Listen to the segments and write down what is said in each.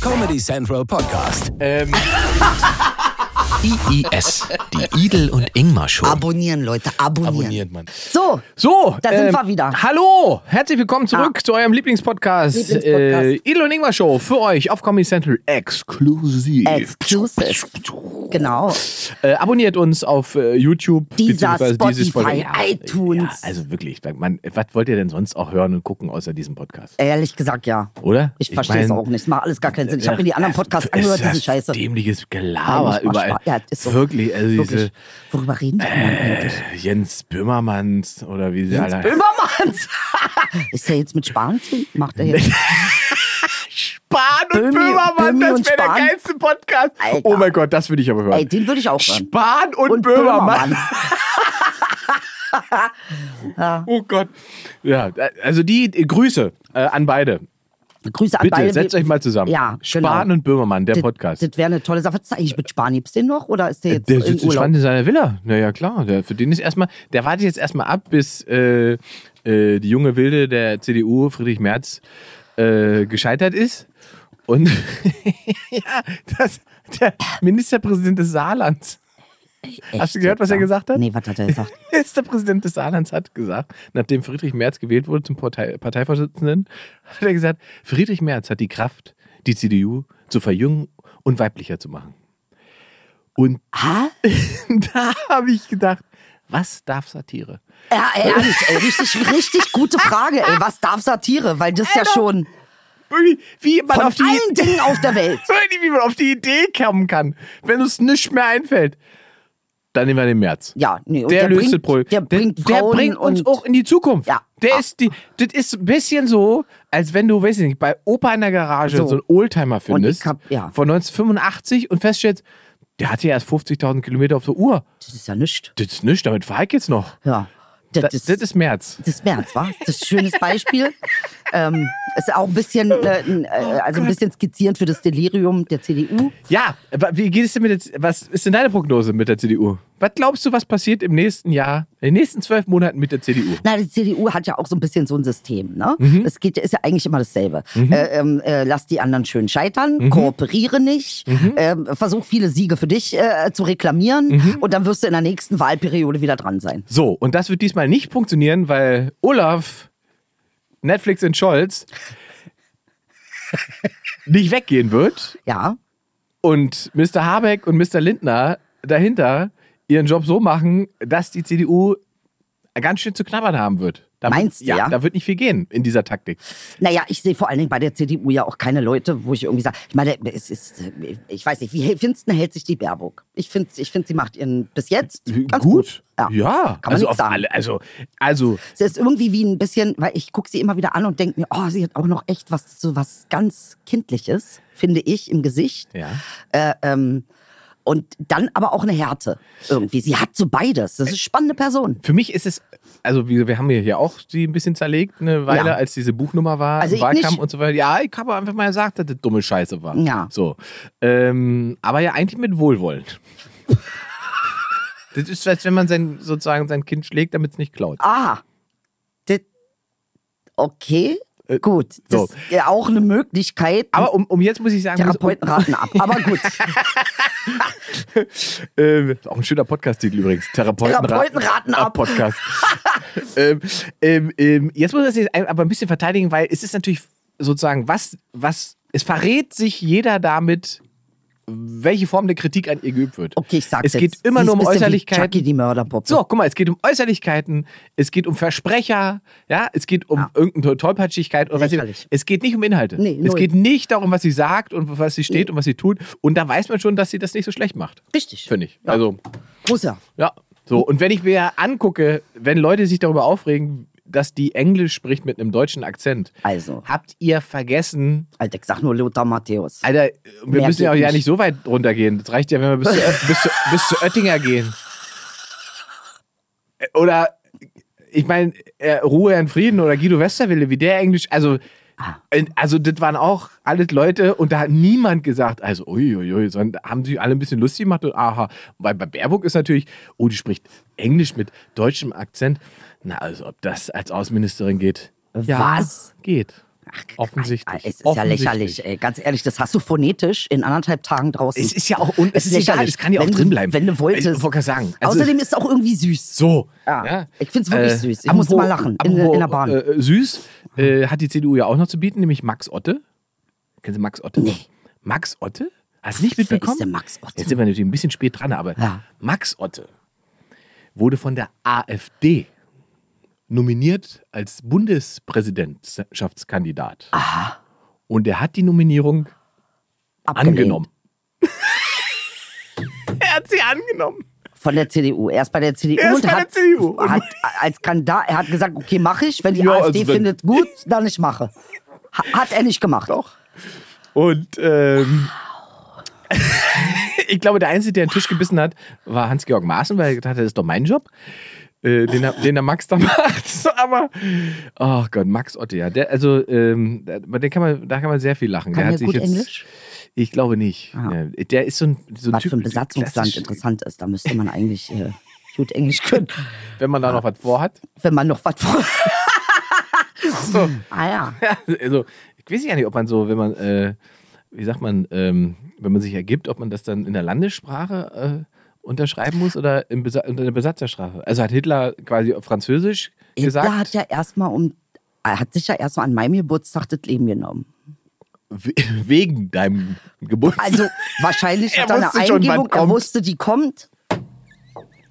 Comedy Central Podcast. Ähm, IIS, die Idel und Ingmar Show. Abonnieren, Leute, abonnieren. abonniert man. So, So, ähm, Da sind wir wieder. Ah. Hallo, herzlich willkommen zurück zu eurem Lieblingspodcast, Lieblingspodcast. Äh, Idel und Ingmar Show für euch auf Comedy Central exklusiv. Exclusive. Genau. Äh, abonniert uns auf äh, YouTube, Dieser, beziehungsweise dieses Spotify, Folge- Ja, iTunes. Ja, also wirklich, man, was wollt ihr denn sonst auch hören und gucken außer diesem Podcast, Ehrlich gesagt, ja. oder? Ich verstehe es mein, auch nicht. Macht alles gar keinen Sinn. Ich habe mir die anderen Podcasts Ist angehört, die das sind scheiße. Dämliches Nein, Gelaber ich mach überall. Spaß. Ja, ist so. Wirklich, also Wirklich. Worüber reden die anderen eigentlich? diese äh, Jens Böhmermanns oder wie sie alle. Böhmermanns! ist er jetzt mit Spahn zu? Macht er jetzt? Spahn und Böhmi- Böhmermann, Böhmi das und wäre der Spahn? geilste Podcast. Alter. Oh mein Gott, das würde ich aber hören. Ey, den würde ich auch hören. Spahn und, Böhmermann. Oh Gott. Ja, also die äh, Grüße äh, an beide. Grüße an Bitte, beide. setzt euch mal zusammen. Ja, genau. Spahn und Böhmermann, der Das- Podcast. Äh, Das wäre eine tolle Sache. Was ist eigentlich mit Spahn? Gibt's den noch? Oder ist der jetzt Der im sitzt Urlaub? entspannt in seiner Villa. Naja, klar. Der, für den ist erstmal, der wartet jetzt erstmal ab, bis äh, äh, die junge Wilde der CDU, Friedrich Merz, äh, gescheitert ist. Und ja, das, der Ministerpräsident des Saarlands. Hast du gehört, was er gesagt hat? Nee, was hat er gesagt? Ministerpräsident des Saarlands hat gesagt, nachdem Friedrich Merz gewählt wurde zum Partei Parteivorsitzenden, hat er gesagt, Friedrich Merz hat die Kraft, die CDU zu verjüngen und weiblicher zu machen. Und Ha? da habe ich gedacht, was darf Satire? Ja, ey, Äh, ehrlich, ey, richtig, richtig gute Frage, ey. Was darf Satire? Weil das ja schon Wirklich, Wie man, von auf die, allen Dingen auf der Welt. Wirklich, wie man auf die Idee kommen kann, wenn uns nichts mehr einfällt. Dann nehmen wir den März. Ja, nee, und der, der löst bringt- das Problem. der bringt Frauen bringt uns und- auch in die Zukunft. Ja. Der Ah. ist die, das ist ein bisschen so, als wenn du, weiß ich nicht, bei Opa in der Garage so, So. einen Oldtimer findest ich hab- ja. von 1985 und feststellst, der hatte ja erst 50.000 Kilometer auf der Uhr. Das ist ja nichts. Das ist nichts, damit fahr ich jetzt noch. Ja. Das, Das, das, ist, das ist März. ist März, wa? Das ist ein schönes Beispiel. ähm, ist auch ein bisschen, äh, ein, äh, Oh also ein bisschen skizzierend für das Delirium der CDU. Ja, aber wie geht es denn mit der, Z- was ist denn deine Prognose mit der CDU? Was glaubst du, was passiert im nächsten Jahr, in den nächsten zwölf Monaten mit der CDU? Na, die CDU hat ja auch so ein bisschen so ein System. Ne? Mhm. Es geht, ist ja eigentlich immer dasselbe. Äh, ähm, äh, lass die anderen schön scheitern, Mhm. kooperiere nicht, ähm, versuch viele Siege für dich äh, zu reklamieren Mhm. und dann wirst du in der nächsten Wahlperiode wieder dran sein. So, und das wird diesmal nicht funktionieren, weil Olaf, Netflix und Scholz nicht weggehen wird Ja, und Mr. Habeck und Mr. Lindner dahinter ihren Job so machen, dass die CDU ganz schön zu knabbern haben wird. Da Meinst du, wird, ja? Da wird nicht viel gehen in dieser Taktik. naja, ich sehe vor allen Dingen bei der CDU ja auch keine Leute, wo ich irgendwie sage, ich meine, es ist, äh, ich weiß nicht, wie findest du, hält sich die Baerbock? Ich finde, ich find, sie macht ihren bis jetzt ganz gut. Äh, Ja. Kann man nichts also auf sagen. alle, also, also Es ist irgendwie wie ein bisschen, weil ich gucke sie immer wieder an und denke mir, oh, sie hat auch noch echt was, so was ganz Kindliches, finde ich, im Gesicht. Ja. Äh, ähm, und dann aber auch eine Härte irgendwie. Sie hat so beides. Das ist eine spannende Person. Für mich ist es, also wir, wir haben ja hier auch die ein bisschen zerlegt, eine Weile, Ja. als diese Buchnummer war, Also im ich Wahlkampf nicht. und so weiter. Ja, ich habe einfach mal gesagt, dass das dumme Scheiße war. Ja. So. Ähm, aber ja, eigentlich mit Wohlwollen. das ist, als wenn man sein, sozusagen sein Kind schlägt, damit es nicht klaut. Ah, das, okay, gut. Das Äh, so. ist ja auch eine Möglichkeit. Aber um, um jetzt muss ich sagen, Therapeuten raten ab. Aber gut, Ähm, auch ein schöner Podcast-Titel übrigens. Therapeuten, Therapeuten raten ab. Podcast. ähm, ähm, ähm, jetzt muss ich das jetzt ein- aber ein bisschen verteidigen, weil es ist natürlich sozusagen, was, was, es verrät sich jeder damit, welche Form der Kritik an ihr geübt wird. okay, ich sag's Es geht jetzt. immer Sie nur ist um ein bisschen wie Äußerlichkeiten. Chucky, die Mörderpuppe. So, guck mal, es geht um Äußerlichkeiten, es geht um Versprecher, ja, es geht um irgendeine Tollpatschigkeit oder was weiß ich. Lächerlich. Es geht nicht um Inhalte. Nee, es null. geht nicht darum, was sie sagt und was sie steht und was sie tut. Und da weiß man schon, dass sie das nicht so schlecht macht. Richtig. Finde ich. Also, Muss ja. ja. So, und wenn ich mir ja angucke, wenn Leute sich darüber aufregen, dass die Englisch spricht mit einem deutschen Akzent, Also, habt ihr vergessen, Alter, ich sag nur Lothar Matthäus. Alter, wir Mehr müssen ja auch geht ja nicht. nicht so weit runtergehen. Das reicht ja, wenn wir bis zu, Ö- bis zu, bis zu Oettinger gehen. Äh, Oder, ich meine, äh, Ruhe in Frieden oder Guido Westerwille, wie der Englisch, also, Ah. äh, also das waren auch alles Leute und da hat niemand gesagt, also, uiuiui, sondern haben sich alle ein bisschen lustig gemacht und aha. Bei, bei Baerbock ist natürlich, oh, die spricht Englisch mit deutschem Akzent. Na, also, ob das als Außenministerin geht. Was? Geht. Offensichtlich. Äh, Es ist Offensichtlich. ja lächerlich, ey. Ganz ehrlich, das hast du phonetisch in anderthalb Tagen draußen. Es ist ja auch un- es ist egal, es kann ja auch wenn drin du, bleiben. Wenn du wolltest. Ich wollte gerade sagen, also- Außerdem ist es auch irgendwie süß. So. Ja, Ah, ich find's wirklich süß. Ich musste mal lachen, in- in der Bahn. Äh, süß äh, hat die CDU ja auch noch zu bieten, nämlich Max Otte. Kennen Sie Max Otte? Nee. Max Otte? Hast du nicht Wer ist mitbekommen? der Max Otte? Jetzt sind wir natürlich ein bisschen spät dran, aber Ja. Max Otte wurde von der AfD nominiert als Bundespräsidentschaftskandidat. Aha. Und er hat die Nominierung Abgelehnt. angenommen. er hat sie angenommen. Von der CDU. Er ist bei der CDU Er ist und bei der hat, CDU. hat als Kandidat, er hat gesagt, okay, mache ich. Wenn die Ja, AfD also wenn- findet gut, dann ich mache. Ha- Hat er nicht gemacht. Doch. Und ähm, ich glaube, der Einzige, der den Tisch gebissen hat, war Hans-Georg Maaßen, weil er gedacht hat, das ist doch mein Job, äh, den, er- den der Max da macht. Aber, oh Gott, Max Otte, ja. Der, also, ähm, der- bei dem kann man, da kann man sehr viel lachen. Kann der der hat sich gut jetzt, Englisch? Ah. Ich glaube nicht. Ja, der ist so ein, so ein Was Typ. für ein klassisch, Besatzungsland interessant ist. Da müsste man eigentlich äh, gut Englisch können, Wenn man da noch was vorhat. wenn man noch was vor. So. Ah ja. also, ich weiß ja nicht, ob man so, wenn man, äh, wie sagt man, ähm, wenn man sich ergibt, ob man das dann in der Landessprache äh, unterschreiben muss oder in, Besa in der Besatzersprache. Also hat Hitler quasi auf Französisch gesagt. Hitler hat ja erstmal um, er hat sich ja erstmal an meinem Geburtstag das Leben genommen. we- wegen deinem Geburtstag. Also wahrscheinlich Er hat er eine wusste schon, wann Eingebung, er kommt. wusste, die kommt.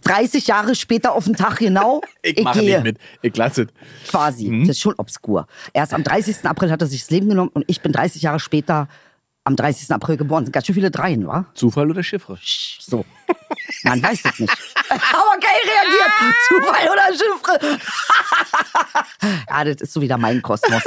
30 Jahre später auf den Tag genau. ich mache gehe. nicht Hm? mit. Ich lasse es. Quasi. Das ist schon obskur. Erst am 30. April hat er sich das Leben genommen und ich bin 30 Jahre später am 30. April geboren. Sind ganz schön viele Dreien, wa? Zufall oder Chiffre? Sch- So. Man weiß es nicht. Aber geil reagiert. Zufall oder Chiffre. ja, das ist so wieder mein Kosmos.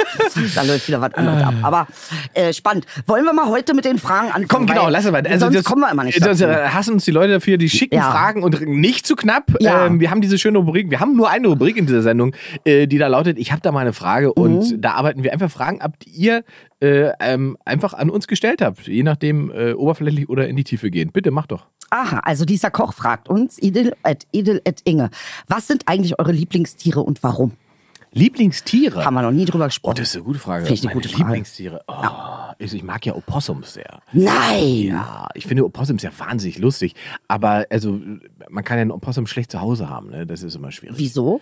Da läuft wieder was anderes ab. Aber äh, spannend. Wollen wir mal heute mit den Fragen anfangen? Ah. Komm, genau, Weil lass es mal. sonst kommen wir immer nicht Sonst dazu. äh, hassen uns die Leute dafür, die schicken Ja. Fragen und nicht zu knapp. Ja. Ähm, wir haben diese schöne Rubrik, wir haben nur eine Rubrik in dieser Sendung, äh, die da lautet, ich habe da mal eine Frage Mhm. und da arbeiten wir einfach Fragen ab, die ihr äh, ähm, einfach an uns gestellt habt. Je nachdem, äh, oberflächlich oder in die Tiefe gehen. Bitte, mach doch. Aha, also dieser Koch fragt uns, Idel at, Idel at Inge, was sind eigentlich eure Lieblingstiere und warum? Lieblingstiere? Haben wir noch nie drüber gesprochen. Oh, das ist eine gute Frage. Finde ich eine Meine gute Frage. Lieblingstiere. Oh, also ich mag ja Opossums sehr. Nein! Ja, ich finde Opossums ja wahnsinnig lustig. Aber also, man kann ja einen Opossum schlecht zu Hause haben. Ne? Das ist immer schwierig. Wieso?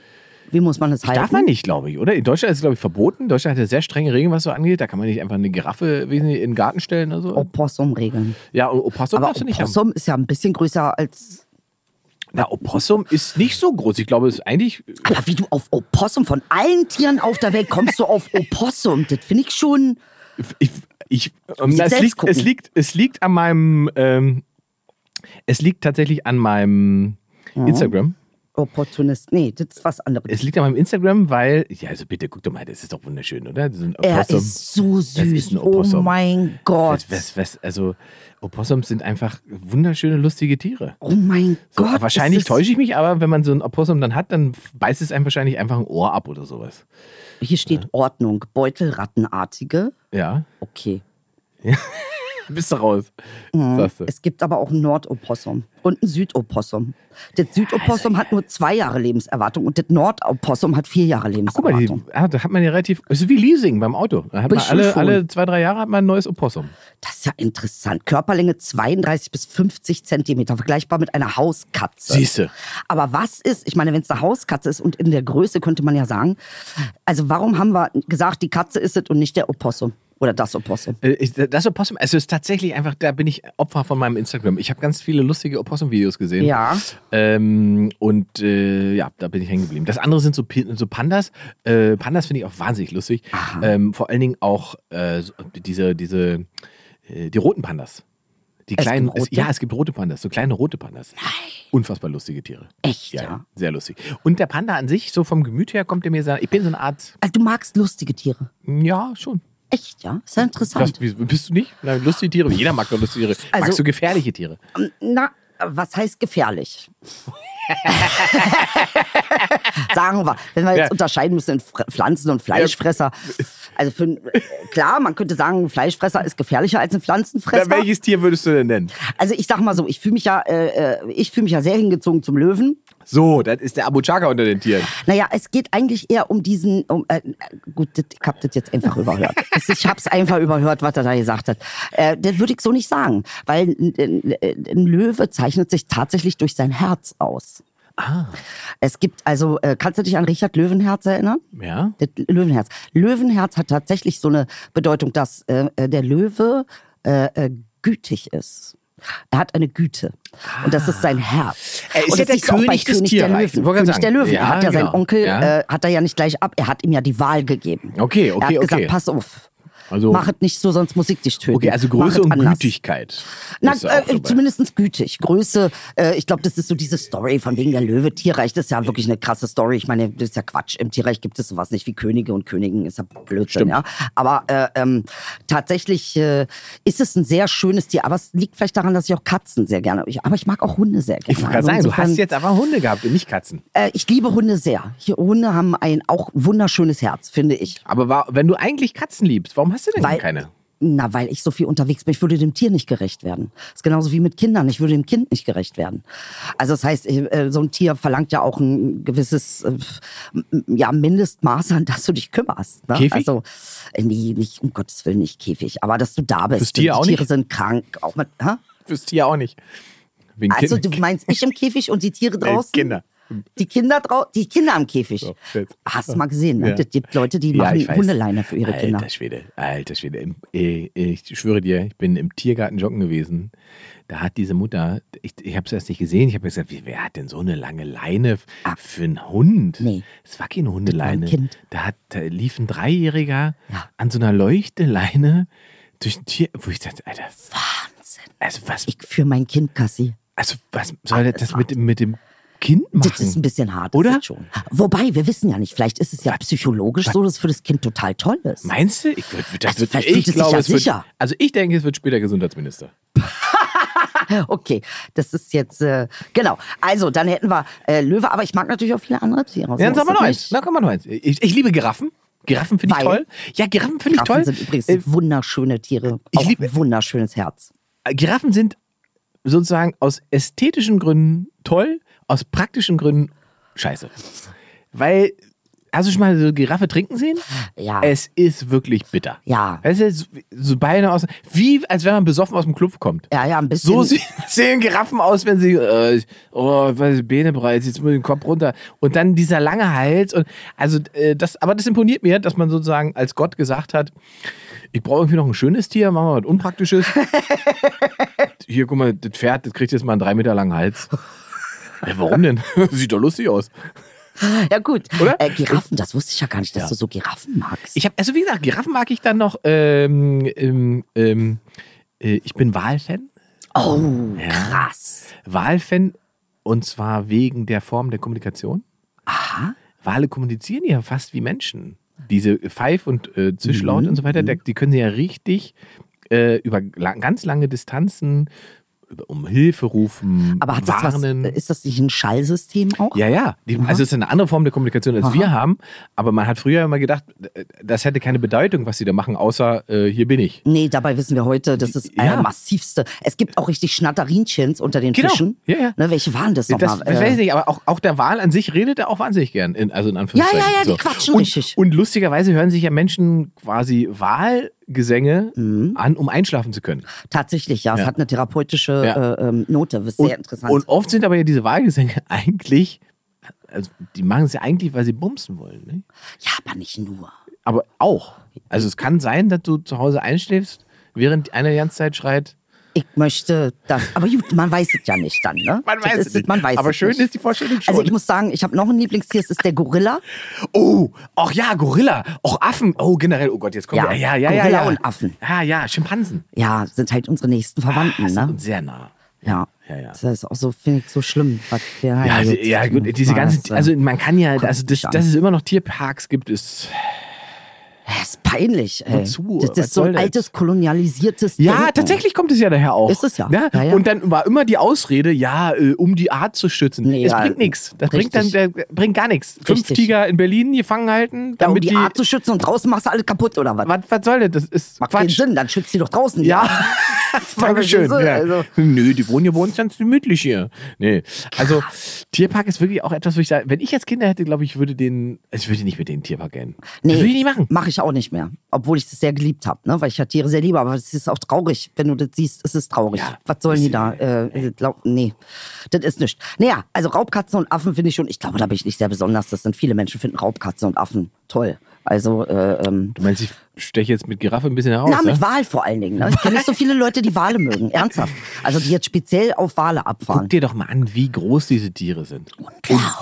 Wie muss man das halten? Darf man nicht, glaube ich, oder? In Deutschland ist es, glaube ich, verboten. Deutschland hat ja sehr strenge Regeln, was so angeht. Da kann man nicht einfach eine Giraffe wesentlich in den Garten stellen oder so. Opossum-Regeln. ja, und Oh, Opossum Aber darfst du nicht haben. Opossum ist ja ein bisschen größer als. Na, Opossum ist nicht so groß. Ich glaube, es ist eigentlich. Aber wie du auf Opossum, von allen Tieren auf der Welt kommst du auf Opossum. Das finde ich schon. Ich, ich, ähm, Sie na, es, selbst liegt, gucken. es, liegt, es liegt an meinem. Ähm, es liegt tatsächlich an meinem Instagram. Opportunist. Nee, das ist was anderes. Es liegt an meinem Instagram, weil. Ja, also bitte, guck doch mal, das ist doch wunderschön, oder? So ein er Opossum. ist so süß. ist ein oh Opossum. mein Gott. Was- was, was, also, Opossums sind einfach wunderschöne, lustige Tiere. Oh mein So, Gott. wahrscheinlich ist das- täusche ich mich, aber wenn man so ein Opossum dann hat, dann beißt es einem wahrscheinlich einfach ein Ohr ab oder sowas. Hier steht Ordnung. Beutelrattenartige. Ja. Okay. Bist du raus. Sagst du. Mhm. Es gibt aber auch ein Nordopossum und ein Südopossum. Das also Südopossum hat nur zwei Jahre Lebenserwartung und das Nordopossum hat vier Jahre Guck mal, die, Lebenserwartung. ah, da hat man ja relativ. Es ist wie Leasing beim Auto. Da hat man Bestimmt alle, schon. alle zwei, drei Jahre hat man ein neues Opossum. Das ist ja interessant. Körperlänge 32 bis 50 Zentimeter, vergleichbar mit einer Hauskatze. Siehste. Aber was ist, ich meine, wenn es eine Hauskatze ist und in der Größe könnte man ja sagen, also warum haben wir gesagt, die Katze ist es und nicht der Opossum oder das Opossum? Äh, ich- Das Opossum, also es ist tatsächlich einfach, da bin ich Opfer von meinem Instagram. Ich habe ganz viele lustige Opossum-Videos gesehen. Ja. Ähm, und äh, ja, da bin ich hängen geblieben. Das andere sind so, Pi- so Pandas. Äh, Pandas finde ich auch wahnsinnig lustig. Ähm, vor allen Dingen auch äh, so diese, diese, äh, die roten Pandas. Die Es kleinen, gibt rote? ja, es gibt rote Pandas, so kleine rote Pandas. Unfassbar lustige Tiere. Echt, Ja, ja. Sehr lustig. Und der Panda an sich, so vom Gemüt her, kommt er mir so, ich bin so eine Art, Also du magst lustige Tiere. ja, schon. Echt, ja? Ist ja interessant. Was, wie- bist du nicht? Na, lustige Tiere. Jeder mag doch lustige Tiere. Also- Magst du gefährliche Tiere? Na, was heißt gefährlich? Sagen wir, wenn wir jetzt Ja. unterscheiden müssen in Fr- Pflanzen und Fleischfresser. Also für, ein- klar, man könnte sagen, ein Fleischfresser ist gefährlicher als ein Pflanzenfresser. Na, welches Tier würdest du denn nennen? Also ich sag mal so, ich fühle mich ja, äh, äh, ich fühle mich ja sehr hingezogen zum Löwen. So, das ist der Abu Chaka unter den Tieren. Naja, es geht eigentlich eher um diesen, um, äh, gut, das- ich hab das jetzt einfach überhört. Das- Ich hab's einfach überhört, was er da gesagt hat. Äh, das würde ich so nicht sagen, weil ein, ein, ein Löwe zeichnet sich tatsächlich durch sein Herz aus. Es gibt also, äh, kannst du dich an Richard Löwenherz erinnern? Ja. Das Löwenherz. Löwenherz hat tatsächlich so eine Bedeutung, dass äh, äh, der Löwe äh, äh, gütig ist. Er hat eine Güte. Und das ist sein Herz. Ah. Er ist und ja das der siehst du auch bei König des König der Tierreichs. Löwen. Wollte König gerade der sagen. Löwen. Ja, er hat ja genau. seinen Onkel, Ja. Äh, hat er ja nicht gleich ab. Er hat ihm ja die Wahl gegeben. Okay, okay, Er hat okay. gesagt, pass auf. Also- Machet nicht so, sonst muss ich dich töten. Okay, also Größe Machet und anders. Gütigkeit. Na, ist da auch äh, dabei. zumindest gütig. Größe, äh, ich glaube, das ist so diese Story von wegen der Löwe. Tierreich, das ist ja wirklich eine krasse Story. Ich meine, das ist ja Quatsch. Im Tierreich gibt es sowas nicht wie Könige und Königen, ist ja Blödsinn, ja. Aber äh, ähm, tatsächlich äh, ist es ein sehr schönes Tier. Aber es liegt vielleicht daran, dass ich auch Katzen sehr gerne. Ich, aber ich mag auch Hunde sehr gerne. Ich wollte gerade Also sagen, du insofern- hast jetzt aber Hunde gehabt und nicht Katzen. äh, ich liebe Hunde sehr. Hier, Hunde haben ein auch wunderschönes Herz, finde ich. Aber war, wenn du eigentlich Katzen liebst, warum hast du denn keine? Na, weil ich so viel unterwegs bin. Ich würde dem Tier nicht gerecht werden. ist genauso wie mit Kindern. Ich würde dem Kind nicht gerecht werden. Also das heißt, äh, so ein Tier verlangt ja auch ein gewisses äh, m- ja, Mindestmaß, an das du dich kümmerst. Ne? Käfig? Also, äh, nee, nicht, um Gottes Willen nicht Käfig. Aber dass du da bist. Fürs Tier Die auch Tiere nicht? sind krank. Auch mit, hä? Fürs Tier auch nicht. Wegen Also du Kind- meinst ich im Käfig und die Tiere draußen? Äh, Kinder. Die Kinder draußen, die Kinder am Käfig. So, jetzt. Hast du mal gesehen, ne? Ja. Das gibt Leute, die Ja, machen ich weiß. Hundeleine für ihre alter Kinder. Schwede, alter Schwede. Im- äh, Ich schwöre dir, ich bin im Tiergarten joggen gewesen. Da hat diese Mutter, ich, ich habe es erst nicht gesehen, ich habe gesagt, wie, wer hat denn so eine lange Leine f- für einen Hund? Ah. Nee. Es war keine Hundeleine. Das war ein Kind. Da, hat, da lief ein Dreijähriger Ja. an so einer Leuchteleine durch ein Tier, wo ich dachte, Alter, Wahnsinn. Also was, Ich für mein Kind, Cassie. also was soll das, das mit, dem- mit dem Kind machen? Das ist ein bisschen hart, Oder? Ist das schon. Wobei, wir wissen ja nicht, vielleicht ist es ja psychologisch so, dass es für das Kind total toll ist. Meinst du? Ich, würd, das Also wird, vielleicht ich fühlt es sich glaube, ja es wird, sicher. also ich denke, es wird später Gesundheitsminister. Okay, das ist jetzt, äh, genau. Also, dann hätten wir äh, Löwe, aber ich mag natürlich auch viele andere Tiere. Ja, dann So sag ist mal noch das eins. nicht. Na, komm mal noch eins. Ich, ich liebe Giraffen. Giraffen finde ich Weil? toll. Ja, Giraffen finde ich Giraffen toll. sind übrigens äh, wunderschöne Tiere. ich auch liebe- ein wunderschönes Herz. Äh, Giraffen sind sozusagen aus ästhetischen Gründen toll, aus praktischen Gründen scheiße. Weil, hast du schon mal so eine Giraffe trinken sehen? Ja. Es ist wirklich bitter. Ja. Es ist so beinahe aus, wie als wenn man besoffen aus dem Club kommt. Ja, ja, ein bisschen. So sie- sehen Giraffen aus, wenn sie, äh, oh, was, Beine breit, jetzt muss ich den Kopf runter. Und dann dieser lange Hals. Und, also, äh, das, aber das imponiert mir, dass man sozusagen als Gott gesagt hat, ich brauche irgendwie noch ein schönes Tier, machen wir was Unpraktisches. Hier, guck mal, das Pferd, das kriegt jetzt mal einen drei Meter langen Hals. Äh, warum denn? Sieht doch lustig aus. ja, gut. Oder? Äh, Giraffen, das wusste ich ja gar nicht, dass du so Giraffen magst. Ich habe, also wie gesagt, Giraffen mag ich dann noch. Ähm, ähm, ähm, äh, ich bin Walfan. oh, krass. Walfan und zwar wegen der Form der Kommunikation. Aha. Wale kommunizieren ja fast wie Menschen. Diese Pfeif- und äh, Zischlaut und so Mhm. weiter, der, die können ja richtig äh, über la ganz lange Distanzen über, um Hilfe rufen, Aber hat das was, Äh, warnen. ist das nicht ein Schallsystem auch? ja, ja. Die, also es ist eine andere Form der Kommunikation, als wir haben. Aber man hat früher immer gedacht, äh, das hätte keine Bedeutung, was sie da machen, außer äh, hier bin ich. Nee, dabei wissen wir heute, das ist äh, Ja. massivste. Es gibt auch richtig Schnatterinchens unter den Genau. Fischen. Ja, ja. Ne, welche waren das Äh, Das, nochmal? das weiß ich nicht, aber auch, auch der Wal an sich redet er auch wahnsinnig gern. In, also in Anführungszeichen. Ja, ja, ja, die so. quatschen und, richtig. Und lustigerweise hören sich ja Menschen quasi Wahlgesänge Mhm. an, um einschlafen zu können. Tatsächlich, ja. Es Ja. hat eine therapeutische Ja. äh, ähm, Note. Das ist Und, sehr interessant. und oft sind aber ja diese Wahlgesänge eigentlich, also die machen es ja eigentlich, weil sie bumsen wollen. Ne? ja, aber nicht nur. Aber auch. Also es kann sein, dass du zu Hause einschläfst, während einer die ganze Zeit schreit. Ich möchte das. Aber gut, man weiß es ja nicht dann, ne? Man Das weiß ist es nicht. Man weiß aber es schön nicht. ist die Vorstellung schon. Also ich muss sagen, ich habe noch ein Lieblingstier, es ist der Gorilla. oh, ach ja, Gorilla, auch Affen. Oh, generell, oh Gott, jetzt kommt Ja, der- ja, ja, ja, Gorilla ja. und Affen. Ja, ja, Schimpansen. Ja, sind halt unsere nächsten Verwandten, Das ne? ist sehr nah. Ja. Ja, ja. Das ist auch so, finde ich, so schlimm. Was halt wir Ja, jetzt- ja gut, diese ganze, Das, äh, also man kann ja, also mich das, an. dass es immer noch Tierparks gibt, ist Das ist peinlich, ey. Wozu? Das, das Was ist so soll ein das? altes kolonialisiertes Ja, Denken. tatsächlich kommt es ja daher auch. Ist es ja. ja? Ja, ja. Und dann war immer die Ausrede, ja, äh, um die Art zu schützen. Nee, das ja, bringt nichts. Das bringt dann richtig. der, bringt gar nichts. Fünf Richtig. Tiger in Berlin gefangen halten, Ja, um damit die, Art zu schützen und draußen machst du alle kaputt oder was? was, was soll das? Das ist Macht keinen Quatsch. Sinn, dann schützt die doch draußen. die Art. Ja. Dankeschön. Aber wieso? Ja. Also- Nö, die wohnen hier bei uns ganz gemütlich hier. Nee. Also, Tierpark ist wirklich auch etwas, wo ich sage, wenn ich jetzt Kinder hätte, glaube ich, würde den, also ich würde nicht mit denen Tierpark gehen. Nee, Das würde ich nicht machen. Mache ich auch nicht mehr. Obwohl ich das sehr geliebt habe, ne? weil ich ja Tiere sehr liebe. Aber es ist auch traurig, wenn du das siehst, es ist traurig. Ja, Was sollen die ist- da? Äh, glaub, nee, das ist nichts. Naja, also Raubkatzen und Affen finde ich schon, ich glaube, da bin ich nicht sehr besonders. Das sind viele Menschen, finden Raubkatzen und Affen toll. Also, äh, ähm, Du meinst, ich steche jetzt mit Giraffe ein bisschen heraus? na, ne? mit Wal vor allen Dingen. Ne? Ich kenne nicht so viele Leute, die Wale mögen, ernsthaft. Also die jetzt speziell auf Wale abfahren. Guck dir doch mal an, wie groß diese Tiere sind. Und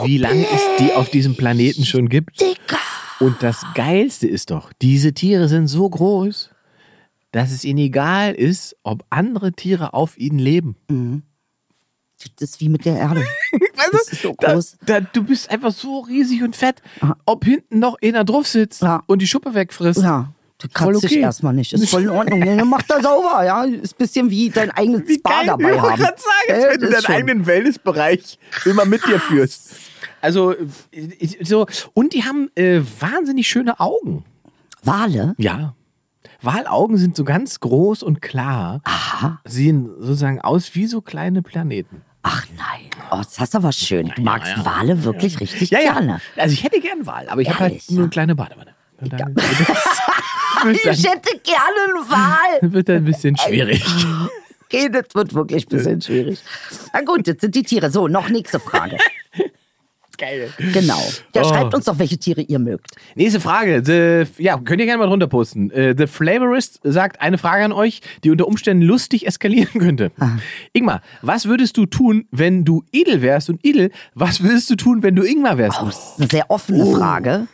wie lange es die auf diesem Planeten schon gibt. Und das Geilste ist doch, diese Tiere sind so groß, dass es ihnen egal ist, ob andere Tiere auf ihnen leben. Das ist wie mit der Erde. Das ist so groß. Da, da, du bist einfach so riesig und fett, ob hinten noch einer drauf sitzt Ja. und die Schuppe wegfrisst. Ja, du Voll kratzt dich okay. erstmal nicht. Ist voll in Ordnung. Nee, Dann mach da sauber, ja. Ist ein bisschen wie dein eigenes Wie Spa geil, dabei ich wollte haben. gerade sagen, als Äh, wenn du das deinen schon. eigenen Wellnessbereich immer mit dir führst. Also, ich- so, und die haben äh, wahnsinnig schöne Augen. Wale? Ja. Walaugen sind so ganz groß und klar. Aha. Sehen sozusagen aus wie so kleine Planeten. Ach nein. Oh, das hast du aber schön. Du magst Wale wirklich richtig Ja, ja. gerne. Also ich hätte gern Wal, aber ich habe Ehrlich, halt nur ja. eine kleine Badewanne. Und dann, wird Ich dann, hätte gerne einen Wal. wird dann ein bisschen schwierig. Okay, das wird wirklich ein bisschen schwierig. Na gut, jetzt sind die Tiere. So, noch nächste Frage. Geil. Genau. Ja, Oh. schreibt uns doch, welche Tiere ihr mögt. Nächste Frage. The, ja, könnt ihr gerne mal drunter posten. Äh, The Flavorist sagt eine Frage an euch, die unter Umständen lustig eskalieren könnte. Ah. Ingmar, was würdest du tun, wenn du Edel wärst? Und Edel, was würdest du tun, wenn du Ingmar wärst? Oh, Das ist eine sehr offene Oh. Frage.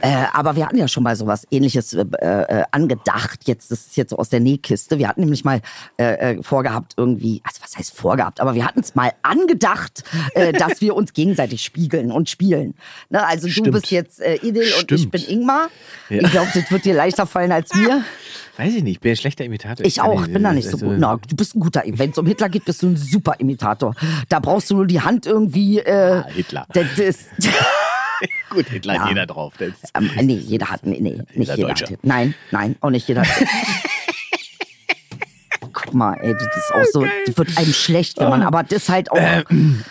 Äh, aber wir hatten ja schon mal sowas ähnliches äh, äh, angedacht. Jetzt, das ist jetzt so aus der Nähkiste. Wir hatten nämlich mal äh, äh, vorgehabt, irgendwie, also was heißt vorgehabt, aber wir hatten es mal angedacht, äh, dass wir uns gegenseitig spiegeln und spielen. Ne? Also du Stimmt. bist jetzt äh, Idil und ich Stimmt. bin Ingmar. Ja. Ich glaube, das wird dir leichter fallen als mir. Weiß ich nicht, bin ein schlechter Imitator. Ich kann auch, bin da nicht so also- gut. Na, du bist ein guter, wenn es um Hitler geht, bist du ein super Imitator. Da brauchst du nur die Hand irgendwie. Äh, Ah, Hitler. Das ist, Gut, Hitler Ja. hat jeder drauf. Das ist ähm, nee, jeder hat, nee, nee nicht jeder, Jeder Deutsche. hat Hitler. Nein, nein, auch nicht jeder. hat- Guck mal, ey, das ist auch so, das wird einem schlecht, wenn man, Ah. aber das halt auch,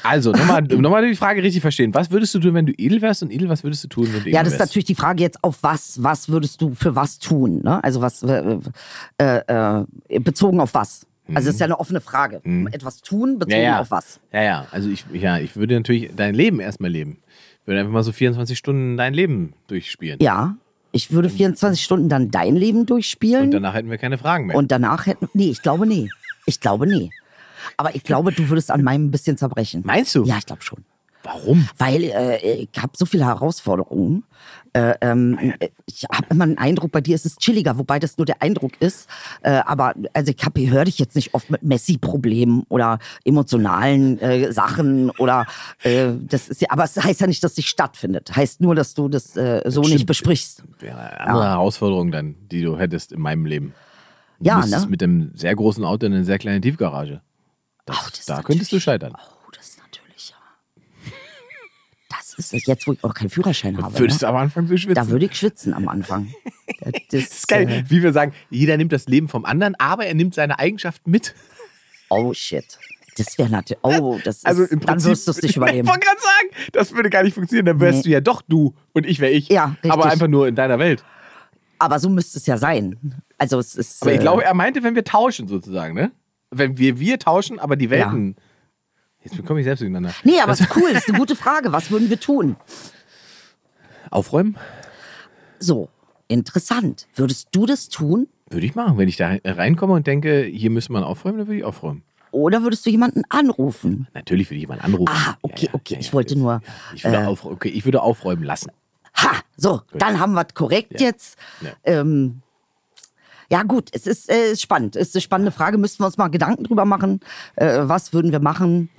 also, nochmal nochmal die Frage richtig verstehen. Was würdest du tun, wenn du edel wärst? Und edel, was würdest du tun, wenn du edel ja, das ist wärst? natürlich die Frage jetzt, auf was, was würdest du für was tun, ne? Also was, äh, äh, äh, bezogen auf was? Also das ist ja eine offene Frage. Etwas tun, bezogen Mhm. ja, ja. auf was? Ja, ja. Also, ich, ja, ich würde natürlich dein Leben erstmal leben. Ich würde einfach mal so 24 Stunden dein Leben durchspielen. Ja, ich würde 24 Stunden dann dein Leben durchspielen Und und, danach hätten wir keine Fragen mehr. danach hätten, nee, ich glaube nee, ich glaube nee. Aber ich glaube, du würdest an meinem ein bisschen zerbrechen. Meinst du? Ja, ich glaube schon. Warum? Weil äh, ich habe so viele Herausforderungen. Äh, ähm, äh, ich habe immer einen Eindruck, bei dir ist es chilliger, wobei das nur der Eindruck ist. Äh, aber also ich hab- höre dich jetzt nicht oft mit Messi-Problemen oder emotionalen äh, Sachen oder äh, das ist ja, aber es heißt ja nicht, dass es nicht stattfindet. Heißt nur, dass du das äh, so nicht besprichst. Wäre eine andere Herausforderung dann, die du hättest in meinem Leben. Du Ja, müsstest ne? mit einem sehr großen Auto in eine sehr kleine Tiefgarage. Das, das ist da könntest du natürlich- scheitern. Oh, das ist natürlich ja. Das ist es jetzt, wo ich auch keinen Führerschein habe. Würdest du ne? aber anfangen zu schwitzen. Da würde ich schwitzen am Anfang. Das, Das ist geil, äh, wie wir sagen, jeder nimmt das Leben vom anderen, aber er nimmt seine Eigenschaften mit. Oh shit. Das wäre natürlich. Oh, das ist. Also im Prinzip, dann wirst du es nicht überleben. Ich wollte gerade sagen, das würde gar nicht funktionieren. Dann wärst Nee. du ja doch du und ich wäre ich. Ja, richtig. Aber einfach nur in deiner Welt. Aber so müsste es ja sein. Also es ist. Aber ich äh, glaube, er meinte, wenn wir tauschen sozusagen, ne? Wenn wir wir tauschen, aber die Welten. Jetzt bekomme ich selbst durcheinander. Nee, aber es Also ist cool, das ist eine gute Frage. Was würden wir tun? Aufräumen So, interessant. Würdest du das tun? würde ich machen. Wenn ich da reinkomme und denke, hier müsste man aufräumen, dann würde ich aufräumen. Oder würdest du jemanden anrufen? Natürlich würde ich jemanden anrufen. Ah, okay, okay, ich wollte das- nur, Ich würde, äh, aufrä- okay, ich würde aufräumen lassen. Ha, so, dann haben wir es korrekt jetzt. Ja. Ähm, ja gut, es ist äh, spannend. Es ist eine spannende Frage. Müssten wir uns mal Gedanken drüber machen. Äh, was würden wir machen?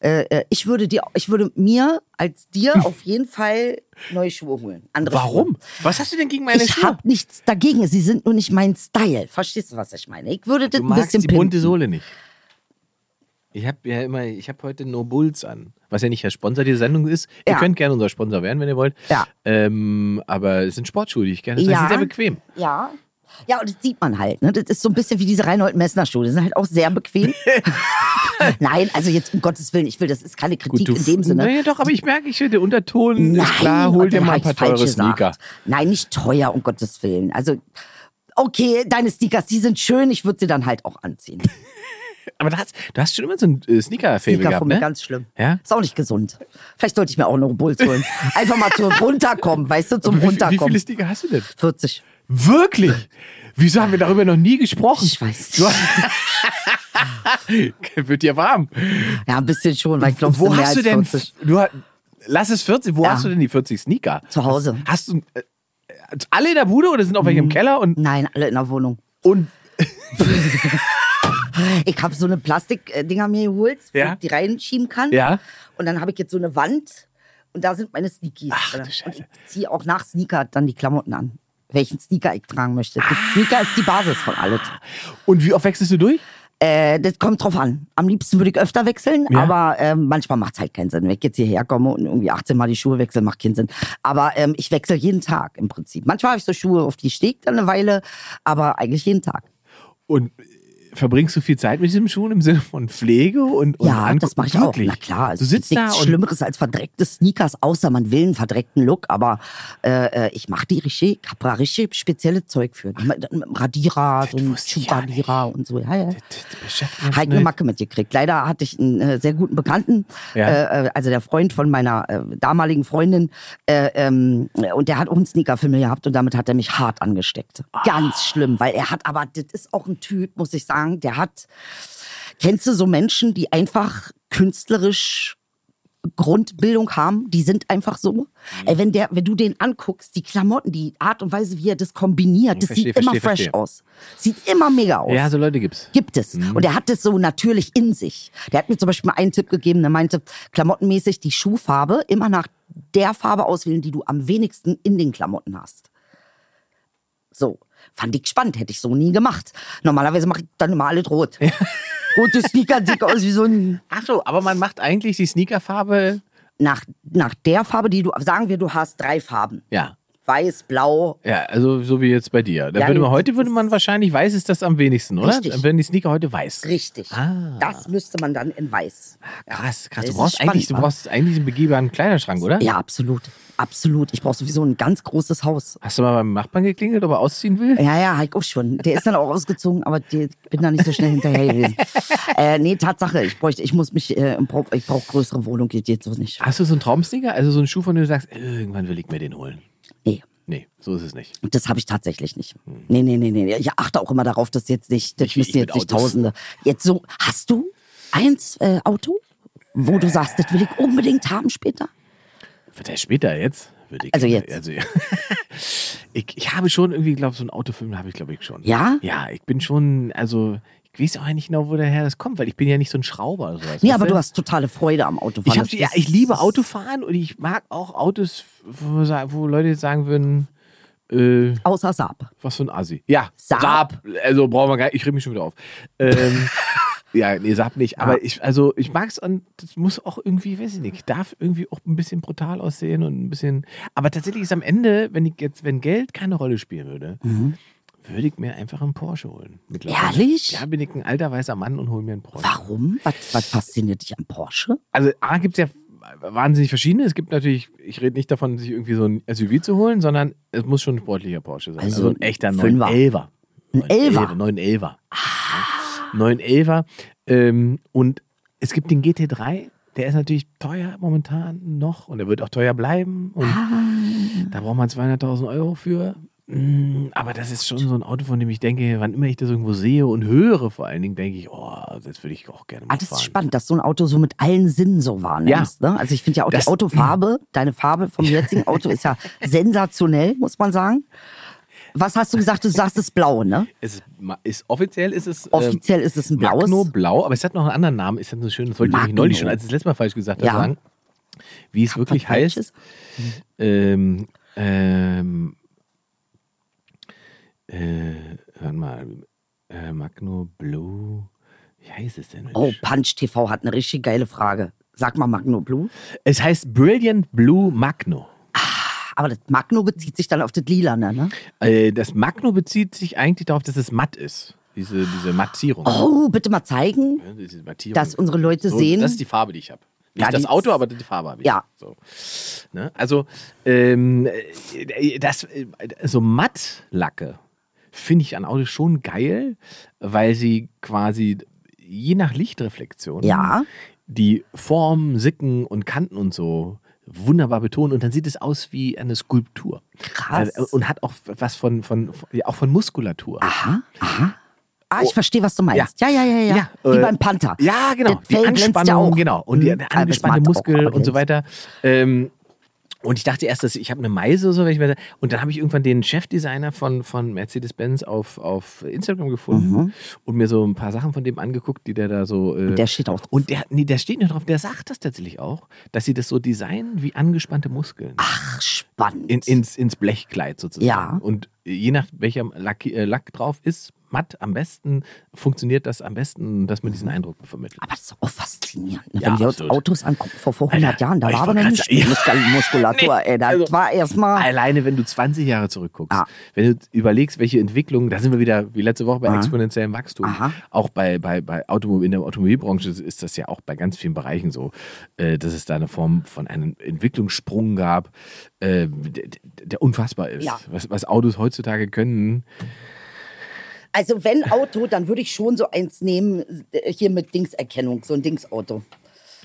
äh, äh, ich würde dir, ich würde mir als dir auf jeden Fall neue Schuhe holen. Andere Schuhe. Warum? Was hast du denn gegen meine ich Schuhe? habe nichts dagegen. Sie sind nur nicht mein Style. Verstehst du, was ich meine? Ich würde das Du ein magst bisschen die bunte pimpen. Sohle nicht. Ich habe ja immer, ich habe heute No Bulls an, was ja nicht der Sponsor dieser Sendung ist. Ihr Ja. könnt gerne unser Sponsor werden, wenn ihr wollt. Ja. Ähm, aber es sind Sportschuhe, die ich gerne. Das Ja. heißt, sie sind sehr bequem. Ja. Ja, und das sieht man halt. Ne? Das ist so ein bisschen wie diese Reinhold Messner Schuhe. Die sind halt auch sehr bequem. Nein, also jetzt um Gottes Willen, ich will, das ist keine Kritik in dem Sinne. Naja, doch, aber ich merke, ich der Unterton Nein, ist klar, hol und dir dann mal ein hab paar ich's falsch teure gesagt. Sneaker. Nein, nicht teuer, um Gottes Willen. Also, okay, deine Sneakers, die sind schön, ich würde sie dann halt auch anziehen. Aber du hast, du hast schon immer so ein äh, Sneaker-Fable Sneaker gehabt, von mir, ne? ganz schlimm. Ja? Ist auch nicht gesund. Vielleicht sollte ich mir auch noch einen Bulls holen. Einfach mal zum Runterkommen, weißt du, zum wie, wie Runterkommen. viele Sneaker hast du denn? 40. Wirklich? Wieso haben wir darüber noch nie gesprochen? Ich weiß nicht. Wird dir warm. Ja, ein bisschen schon, weil ich glaube, es Wo sind mehr hast du als denn? 40. Du, ha- lass es 40. Wo Ja. hast du denn die 40 Sneaker? Zu Hause. Hast du äh, alle in der Bude oder sind auch welche im Keller? Und, Nein, alle in der Wohnung. und Ich habe so eine Plastik-Dinger mir geholt, wo Ja. ich die reinschieben kann. Ja. Und dann habe ich jetzt so eine Wand und da sind meine Sneakies. Ach, du drin. und Scheiße. ich ziehe auch nach Sneaker dann die Klamotten an, welchen Sneaker ich tragen möchte. Das Ah. Sneaker ist die Basis von alles. und wie oft wechselst du durch? Äh, das kommt drauf an. Am liebsten würde ich öfter wechseln, Ja. aber ähm, manchmal macht es halt keinen Sinn. Wenn ich jetzt hierher komme und irgendwie 18 Mal die Schuhe wechsle, macht keinen Sinn. Aber ähm, ich wechsle jeden Tag im Prinzip. Manchmal habe ich so Schuhe, auf die stehe ich dann eine Weile, aber eigentlich jeden Tag. Und äh, verbringst du viel Zeit mit diesem Schuh im Sinne von Pflege und, und Ja, Angucken? das mache ich Wirklich? auch. Na klar, du sitzt da nichts und Schlimmeres als verdreckte Sneakers, außer man will einen verdreckten Look. Aber äh, äh, ich mache die richtig, ich hab da richtig spezielles Zeug für. Mit einem Radierer, so ein wusste ich ja Schuhradierer und so. Ja, ja. Das- das beschäftigt mich Heikle nicht. Macke mitgekriegt. Leider hatte ich einen äh, sehr guten Bekannten, Ja. äh, äh, also der Freund von meiner äh, damaligen Freundin, äh, ähm, und der hat auch einen Sneakerfimmel gehabt und damit hat er mich hart angesteckt. Ah. Ganz schlimm, weil er hat, aber das ist auch ein Typ, muss ich sagen, der hat, kennst du so Menschen, die einfach künstlerisch Grundbildung haben, die sind einfach so. Ey, wenn, der, wenn du den anguckst, die Klamotten, die Art und Weise, wie er das kombiniert, das verstehe, sieht immer verstehe, fresh verstehe. aus. Sieht immer mega aus Ja, so Leute gibt's. gibt es. Mhm. Und er hat es so natürlich in sich. Der hat mir zum Beispiel mal einen Tipp gegeben, der meinte, klamottenmäßig die Schuhfarbe immer nach der Farbe auswählen, die du am wenigsten in den Klamotten hast. So. Fand ich spannend, hätte ich so nie gemacht. Normalerweise mache ich dann immer alles rot. Rote Sneaker sieht aus wie so ein. Ach so, aber man macht eigentlich die Sneakerfarbe. Nach, nach der Farbe, die du. Sagen wir, du hast drei Farben: Ja. Weiß, Blau. Ja, also so wie jetzt bei dir. Da Ja, würde man, nee, heute das würde man ist- wahrscheinlich weiß ist das am wenigsten, oder? Richtig. Dann werden die Sneaker heute weiß. Richtig. Ah. Das müsste man dann in Weiß. Krass, Das krass. Du ist brauchst, spannend, eigentlich, du wa? brauchst eigentlich einen begehbaren Kleiderschrank, oder? Ja, absolut. Absolut. Ich brauche sowieso ein ganz großes Haus. Hast du mal beim Nachbarn geklingelt, ob er ausziehen will? Ja, ja, Heiko schon. Der ist dann auch ausgezogen, aber die- ich bin da nicht so schnell hinterher gewesen. äh, nee, Tatsache, ich bräuchte, ich muss mich, äh, im Pro- ich brauche größere Wohnung, geht jetzt so nicht. Hast du so einen Traumsneaker? Also so einen Schuh, von dem du sagst, irgendwann will ich mir den holen. Nee, Nee, so ist es nicht. das habe ich tatsächlich nicht. Nee, nee, nee, nee. Ich achte auch immer darauf, dass jetzt nicht, das Nicht wie ich müssen mit jetzt nicht Autos. Tausende. Jetzt so, hast du eins äh, Auto, wo du sagst, das will ich unbedingt haben später? Wird er später jetzt? Würde ich Also jetzt. Also, ich, ich habe schon irgendwie, glaube so einen Autofilm habe ich, glaube ich, schon. Ja? Ja, ich bin schon, also ich weiß auch nicht genau, wo daher das kommt, weil ich bin ja nicht so ein Schrauber oder sowas. Nee, weißt aber du du hast totale Freude am Autofahren. Ich, hab, Das ja, ist- ich liebe Autofahren und ich mag auch Autos, wo, sa- wo Leute jetzt sagen würden, äh, Außer Saab. was für ein Assi. Ja, Saab. Saab. Also brauchen wir gar nicht, ich rede mich schon wieder auf. Ähm, ja, nee, Saab nicht. Aber ich, also ich mag es und das muss auch irgendwie, weiß ich nicht, darf irgendwie auch ein bisschen brutal aussehen und ein bisschen. Aber tatsächlich ist am Ende, wenn ich jetzt, wenn Geld keine Rolle spielen würde, würde ich mir einfach einen Porsche holen. mittlerweile. Mhm. Ehrlich? Ja, bin ich ein alter weißer Mann und hole mir einen Porsche. Warum? Was, was fasziniert dich am Porsche? Also A gibt es ja wahnsinnig verschiedene. Es gibt natürlich, ich rede nicht davon, sich irgendwie so ein SUV zu holen, sondern es muss schon ein sportlicher Porsche sein. Also Also, ein echter Fünfer. 911er. Ein Ah. Elfer? 911er. 911er. Ähm, und es gibt den GT3, der ist natürlich teuer momentan noch und er wird auch teuer bleiben. Und Ah. da braucht man 200.000 Euro für. Mm, Aber das ist schon so ein Auto, von dem ich denke, wann immer ich das irgendwo sehe und höre, vor allen Dingen denke ich, oh, das würde ich auch gerne mal Ah, das ist fahren. spannend, dass so ein Auto so mit allen Sinnen so wahrnimmst. Ne? Also ich finde ja auch Das- die Autofarbe, deine Farbe vom jetzigen Auto ist ja sensationell, muss man sagen. was hast du gesagt? Du sagst es blau, ne? Es ist, ma- ist, offiziell ist es. ähm, Offiziell ist es ein blaues. Magno Blau, aber es hat noch einen anderen Namen. Ist das ein schönes? Das wollte ich nämlich Magno. neulich schon, als ich das letzte Mal falsch gesagt habe, Ja. sagen. Wie es wirklich heißt. Falsches. Ähm, ähm, äh, warte mal. Äh, Magno Blue. Wie heißt es denn? Mensch? Oh, Punch TV hat eine richtig geile Frage. Sag mal Magno Blue. Es heißt Brilliant Blue Magno. Aber das Magno bezieht sich dann auf das Lilane, ne? Äh, das Magno bezieht sich eigentlich darauf, dass es matt ist. Diese, diese Mattierung. Oh, bitte mal zeigen. Ja, diese Mattierung. Dass unsere Leute so, sehen- Das ist die Farbe, die ich habe. Nicht Ja, das die- Auto, aber die Farbe habe ich. Ja. So. Ne? Also, ähm, äh, das, äh, so Mattlacke finde ich an Autos schon geil, weil sie quasi je nach Lichtreflexion Ja. die Formen, Sicken und Kanten und so wunderbar betonen und dann sieht es aus wie eine Skulptur. Krass. Also, und hat auch was von, von, von ja, auch von Muskulatur. Aha, aha. Ah, ich verstehe, was du meinst. Ja, ja, ja, ja. Oh. Ja, Wie äh, beim Panther. Ja, genau. Das Die Fell glänzt Anspannung, ja auch. genau. Und die Hm, der aber es angespannte macht auch, Muskel aber und so glänzt. weiter. Ähm, und ich dachte erst, dass ich habe eine Meise oder so, weil ich mir, und dann habe ich irgendwann den Chefdesigner von, von Mercedes-Benz auf, auf Instagram gefunden und mir so ein paar Sachen von dem angeguckt, die der da so. Äh, Mhm. Der steht auch drauf. Und der, nee, der steht nicht drauf, der sagt das tatsächlich auch, dass sie das so designen wie angespannte Muskeln. Ach, spannend. In, ins, ins Blechkleid sozusagen. Ja. Und je nach welcher Lack, äh, Lack drauf ist, matt am besten, funktioniert das am besten, dass man Mhm. diesen Eindruck vermittelt. aber das ist auch faszinierend. Ne? Ja, Wenn wir absolut. uns Autos angucken vor 400 Alter, Jahren, da ich war aber wollte noch grad nicht sagen, ja. Muskel- Muskulatur. Nee, ey, das also- war erstmal. Alleine, wenn du 20 Jahre zurückguckst, Ah. wenn du überlegst, welche Entwicklungen, da sind wir wieder wie letzte Woche bei Ah. exponentiellem Wachstum. Aha. Auch bei, bei, bei Automobil, in der Automobilbranche ist das ja auch bei ganz vielen Bereichen so, äh, dass es da eine Form von einem Entwicklungssprung gab, äh, der, der unfassbar ist. Ja. Was, was Autos heutzutage können. Also, wenn Auto, dann würde ich schon so eins nehmen, äh, hier mit Dingserkennung, so ein Dingsauto.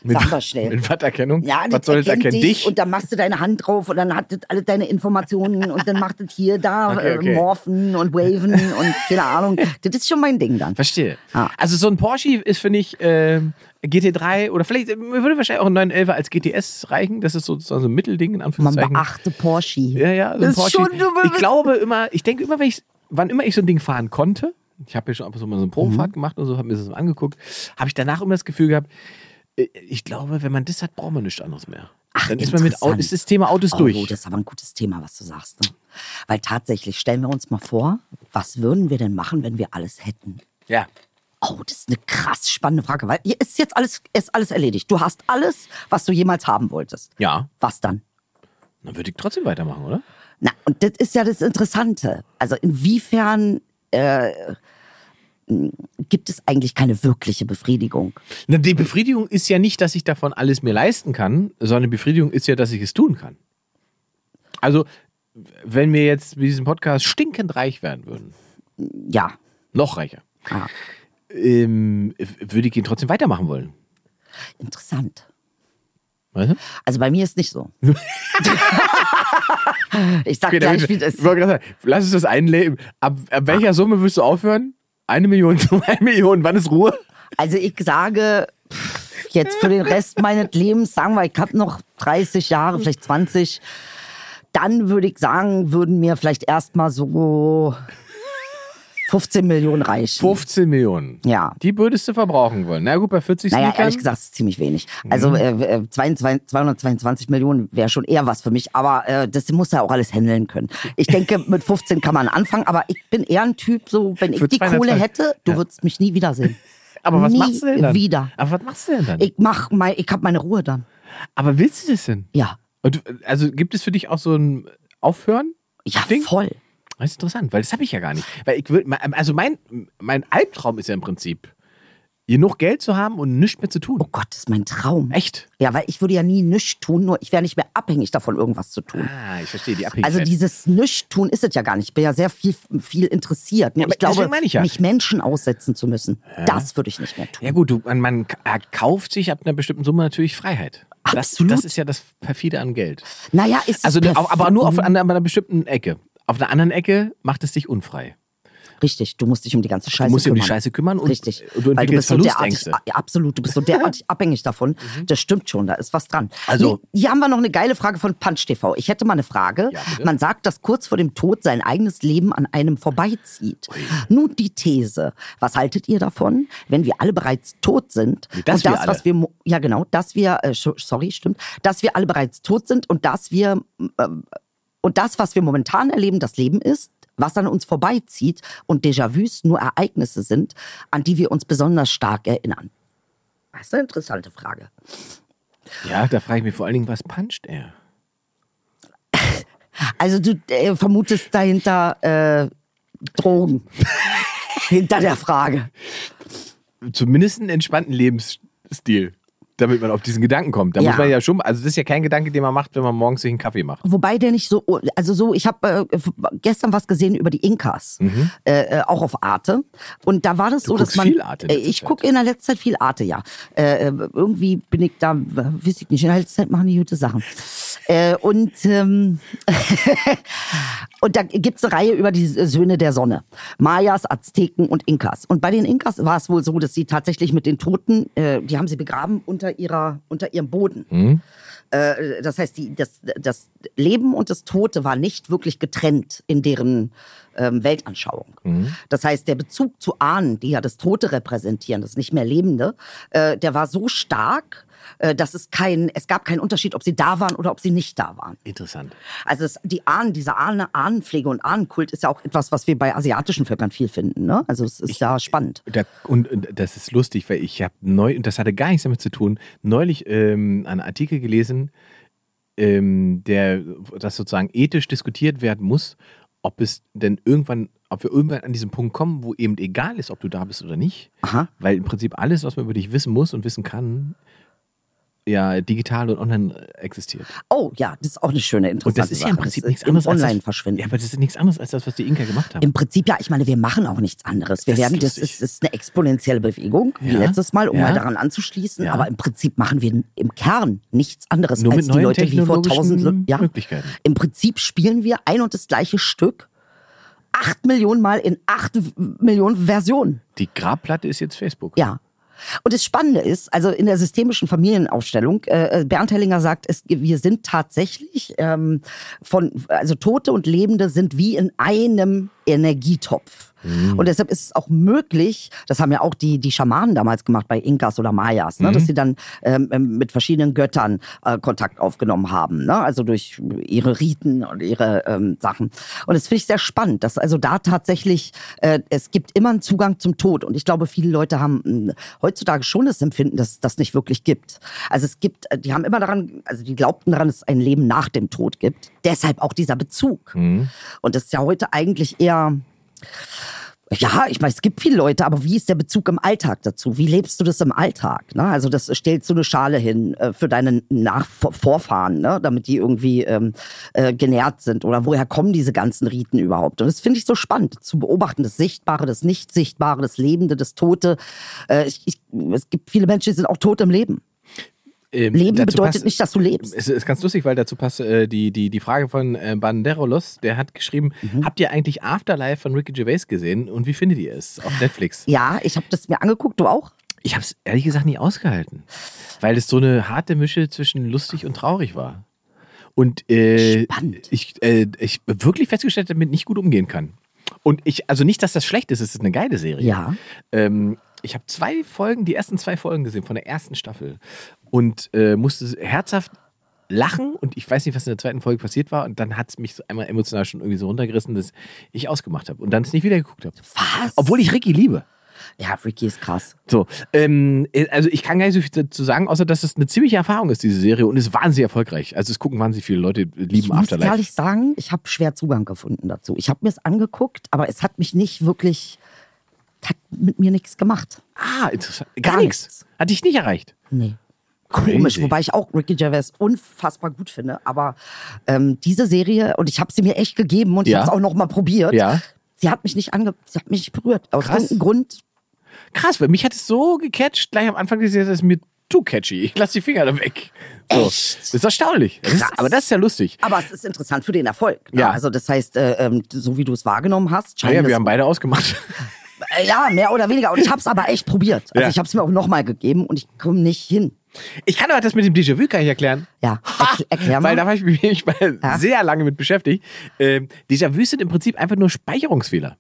Sag mal schnell. Mit Watterkennung? Ja, was das soll das erkennt erkennen? Dich? Und dann machst du deine Hand drauf und dann hat das alle deine Informationen und dann macht das hier, da, Okay, okay. Äh, morphen und waven und keine Ahnung. Das ist schon mein Ding dann. Verstehe. Ah. Also so ein Porsche ist, finde ich, ähm, GT3 oder vielleicht äh, mir würde wahrscheinlich auch ein 911 als GTS reichen. Das ist sozusagen so ein Mittelding in Man Anführungszeichen. beachte Porsche. ja, ja, so ein Das Porsche. ist schon, ich glaube immer, ich denke immer, wenn ich, wann immer ich so ein Ding fahren konnte, ich habe ja schon ab und zu mal so eine Probefahrt gemacht und so, habe mir das mal angeguckt, habe ich danach immer das Gefühl gehabt, äh, ich glaube, wenn man das hat, braucht man nichts anderes mehr. Ach, Dann ist man mit Au- interessant. ist das Thema Autos oh, durch. Das ist aber ein gutes Thema, was du sagst. Ne? Weil tatsächlich, stellen wir uns mal vor, was würden wir denn machen, wenn wir alles hätten? ja. Oh, das ist eine krass spannende Frage, weil hier ist jetzt alles, ist alles erledigt. Du hast alles, was du jemals haben wolltest. Ja. Was dann? Dann würde ich trotzdem weitermachen, oder? Na, und das ist ja das Interessante. Also inwiefern äh, m, gibt es eigentlich keine wirkliche Befriedigung? Na, die Befriedigung ist ja nicht, dass ich davon alles mir leisten kann, sondern die Befriedigung ist ja, dass ich es tun kann. Also, wenn wir jetzt mit diesem Podcast stinkend reich werden würden, Ja. noch reicher, Ah, ähm, würde ich ihn trotzdem weitermachen wollen. interessant. Weißt du? Also bei mir ist nicht so. ich sag gleich, wie das ich wollte gerade sagen, lass uns das einleben. Ab, ab welcher Summe willst du aufhören? Eine Million, zwei Millionen, wann ist Ruhe? Also ich sage pff, jetzt für den Rest meines Lebens, sagen wir, ich habe noch 30 Jahre, vielleicht 20. Dann würde ich sagen, würden mir vielleicht erstmal so 15 Millionen reichen. 15 Millionen. Ja. Die würdest du verbrauchen wollen. Na gut, bei 40 Naja, Sneakern. ehrlich gesagt, ist es ziemlich wenig. Also äh, äh, 22, 222 Millionen wäre schon eher was für mich, aber äh, das muss ja auch alles handeln können. Ich denke, mit 15 kann man anfangen, aber ich bin eher ein Typ, so wenn ich Für die 220. Kohle hätte, du würdest mich nie wiedersehen. Aber was nie machst du denn dann? wieder. Aber was machst du denn dann? Ich mach mein, ich habe meine Ruhe dann. Aber willst du das denn? Ja, Und, du- also gibt es für dich auch so ein Aufhören? ja Ding? voll. Das ist interessant, weil das habe ich ja gar nicht. Weil ich will, also mein, mein Albtraum ist ja im Prinzip, genug Geld zu haben und nichts mehr zu tun. Oh Gott, das ist mein Traum. Echt? Ja, weil ich würde ja nie nichts tun, nur ich wäre nicht mehr abhängig davon, irgendwas zu tun. Ah, ich verstehe die Abhängigkeit. Also dieses Nichts-Tun ist es ja gar nicht. Ich bin ja sehr viel, viel interessiert. Nur aber ich glaube, deswegen meine ich ja. mich Menschen aussetzen zu müssen, das würde ich nicht mehr tun. ja gut, du, man, man äh, kauft sich ab einer bestimmten Summe natürlich Freiheit. Absolut. Das, das ist ja das perfide an Geld. Naja, ist es Also ne, perf- aber nur auf einer, an einer bestimmten Ecke. Auf einer anderen Ecke macht es dich unfrei. Richtig, du musst dich um die ganze Scheiße Du musst dich um kümmern. die Scheiße kümmern und äh, Richtig. du entwickelst Weil du bist so Verlustängste. Mhm. derartig, äh, ja, absolut, du bist so derartig abhängig davon. Das stimmt schon, da ist was dran. Also- nee, hier haben wir noch eine geile Frage von Punch TV. Ich hätte mal eine Frage. Ja, bitte. Man sagt, dass kurz vor dem Tod sein eigenes Leben an einem vorbeizieht. Nun die These. Was haltet ihr davon, wenn wir alle bereits tot sind dass und das, wir alle. was wir mo- ja genau, dass wir äh, sch- sorry, stimmt, dass wir alle bereits tot sind und dass wir ähm, und das, was wir momentan erleben, das Leben ist, was an uns vorbeizieht und Déjà-vus nur Ereignisse sind, an die wir uns besonders stark erinnern. Das ist eine interessante Frage. Ja, da frage ich mich vor allen Dingen, was puncht er? Also du äh, vermutest dahinter äh, Drogen. Hinter der Frage. Zumindest einen entspannten Lebensstil, damit man auf diesen Gedanken kommt. Da Ja. muss man ja schon, also das ist ja kein Gedanke, den man macht, wenn man morgens sich einen Kaffee macht. Wobei der nicht so, also so, ich habe äh, f- gestern was gesehen über die Inkas, äh, äh, auch auf Arte. Und da war das so, dass Mhm. guckst man, viel Arte in äh, letzter ich Zeit. gucke in der letzten Zeit viel Arte, ja. Äh, äh, irgendwie bin ich da, äh, weiß ich nicht, in der letzten Zeit machen die gute Sachen. Äh, und ähm, und da gibt's eine Reihe über die Söhne der Sonne. Mayas, Azteken und Inkas. Und bei den Inkas war es wohl so, dass sie tatsächlich mit den Toten, äh, die haben sie begraben unter, ihrer, unter ihrem Boden. Mhm. Äh, das heißt, die, das, das Leben und das Tote war nicht wirklich getrennt in deren ähm, Weltanschauung. Mhm. Das heißt, der Bezug zu Ahnen, die ja das Tote repräsentieren, das nicht mehr Lebende, äh, der war so stark, äh, dass es kein, es gab keinen Unterschied, ob sie da waren oder ob sie nicht da waren. Interessant. Also es, die Ahnen, diese Ahnen, Ahnenpflege und Ahnenkult ist ja auch etwas, was wir bei asiatischen Völkern viel finden. Ne? Also es ist ja spannend. Da, und, und das ist lustig, weil ich habe neu, und das hatte gar nichts damit zu tun, neulich ähm, einen Artikel gelesen, ähm, der das sozusagen ethisch diskutiert werden muss, ob es denn irgendwann, ob wir irgendwann an diesen Punkt kommen, wo eben egal ist, ob du da bist oder nicht. Aha. Weil im Prinzip alles, was man über dich wissen muss und wissen kann, ja digital und online existiert. Oh ja, das ist auch eine schöne, Und interessante das ist ja Sache. im Prinzip Das nichts im anderes Online als das, verschwinden. Ja, aber das ist nichts anderes als das, was die Inka gemacht haben. Im Prinzip ja, ich meine, wir machen auch nichts anderes. Wir Das ist werden, das lustig. ist, ist eine exponentielle Bewegung, wie Ja. letztes Mal, um Ja. mal daran anzuschließen. Ja. Aber im Prinzip machen wir im Kern nichts anderes Nur als mit die neuen Leute, die vor tausend technologischen Le- ja. Möglichkeiten. Im Prinzip spielen wir ein und das gleiche Stück acht Millionen Mal in acht Millionen Versionen. Die Grabplatte ist jetzt Facebook. Ja. Und das Spannende ist, also in der systemischen Familienaufstellung, äh, Bernd Hellinger sagt, es, wir sind tatsächlich ähm, von, also Tote und Lebende sind wie in einem Energietopf. Und deshalb ist es auch möglich, das haben ja auch die, die Schamanen damals gemacht bei Inkas oder Mayas, ne, dass sie dann ähm, ähm, mit verschiedenen Göttern äh, Kontakt aufgenommen haben, ne? also durch ihre Riten und ihre ähm, Sachen. Und das finde ich sehr spannend, dass also da tatsächlich, äh, es gibt immer einen Zugang zum Tod. Und ich glaube, viele Leute haben mh, heutzutage schon das Empfinden, dass es das nicht wirklich gibt. Also es gibt, äh, die haben immer daran, also die glaubten daran, dass es ein Leben nach dem Tod gibt. Deshalb auch dieser Bezug. Und das ist ja heute eigentlich eher... Ja, ich meine, es gibt viele Leute, aber wie ist der Bezug im Alltag dazu? Wie lebst du das im Alltag? Ne? Also, das stellst du eine Schale hin äh, für deine Nach Vor- Vorfahren, ne? damit die irgendwie ähm, äh, genährt sind. Oder woher kommen diese ganzen Riten überhaupt? Und das finde ich so spannend zu beobachten, das Sichtbare, das Nicht-Sichtbare, das Lebende, das Tote. Äh, ich, ich, es gibt viele Menschen, die sind auch tot im Leben. Ähm, Leben dazu bedeutet passt- nicht, dass du lebst. Es ist ganz lustig, weil dazu passt äh, die, die, die Frage von äh, Banderolos, der hat geschrieben, habt ihr eigentlich Afterlife von Ricky Gervais gesehen und wie findet ihr es auf Netflix? Ja, ich habe das mir angeguckt, du auch? Ich habe es ehrlich gesagt nie ausgehalten, weil es so eine harte Mische zwischen lustig und traurig war. Und äh, Spannend. ich, äh, ich hab wirklich festgestellt, damit nicht gut umgehen kann. Und ich, also nicht, dass das schlecht ist, es ist eine geile Serie. Ja. Ähm, ich habe zwei Folgen, die ersten zwei Folgen gesehen von der ersten Staffel und äh, musste herzhaft lachen und ich weiß nicht, was in der zweiten Folge passiert war und dann hat es mich so einmal emotional schon irgendwie so runtergerissen, dass ich ausgemacht habe und dann es nicht wieder geguckt habe. Was? Obwohl ich Ricky liebe. Ja, Ricky ist krass. So, ähm, äh, also ich kann gar nicht so viel dazu sagen, außer dass es eine ziemliche Erfahrung ist, diese Serie und ist wahnsinnig erfolgreich. Also es gucken wahnsinnig viele Leute, äh, lieben ich muss Afterlife. ehrlich sagen, ich habe schwer Zugang gefunden dazu. Ich habe mir es angeguckt, aber es hat mich nicht wirklich, hat mit mir nichts gemacht. Ah, interessant. Gar, Gar nichts. nichts. Hat dich nicht erreicht. Nee. Crazy. Komisch, wobei ich auch Ricky Gervais unfassbar gut finde. Aber ähm, diese Serie, und ich habe sie mir echt gegeben und ich Ja. habe es auch noch mal probiert. Ja. Sie hat mich nicht ange sie hat mich nicht berührt. Aus Krass. irgendeinem Grund Krass, weil mich hat es so gecatcht, gleich am Anfang gesehen, dass es mir too catchy. Ich lasse die Finger da weg. So. Das ist erstaunlich. Das ist, aber das ist ja lustig. Aber es ist interessant für den Erfolg. Ne? Ja. Also das heißt, äh, ähm, so wie du es wahrgenommen hast, Ah scheint ja, wir es- haben beide ausgemacht. Äh, ja, mehr oder weniger. Und ich habe es aber echt probiert. Also Ja. ich habe es mir auch nochmal gegeben und ich komme nicht hin. Ich kann aber das mit dem Déjà-vu gar nicht erklären. Ja, erkl- erklär mal. Weil da habe ich mich nämlich mal sehr lange mit beschäftigt. Ähm, Déjà-vu sind im Prinzip einfach nur Speicherungsfehler.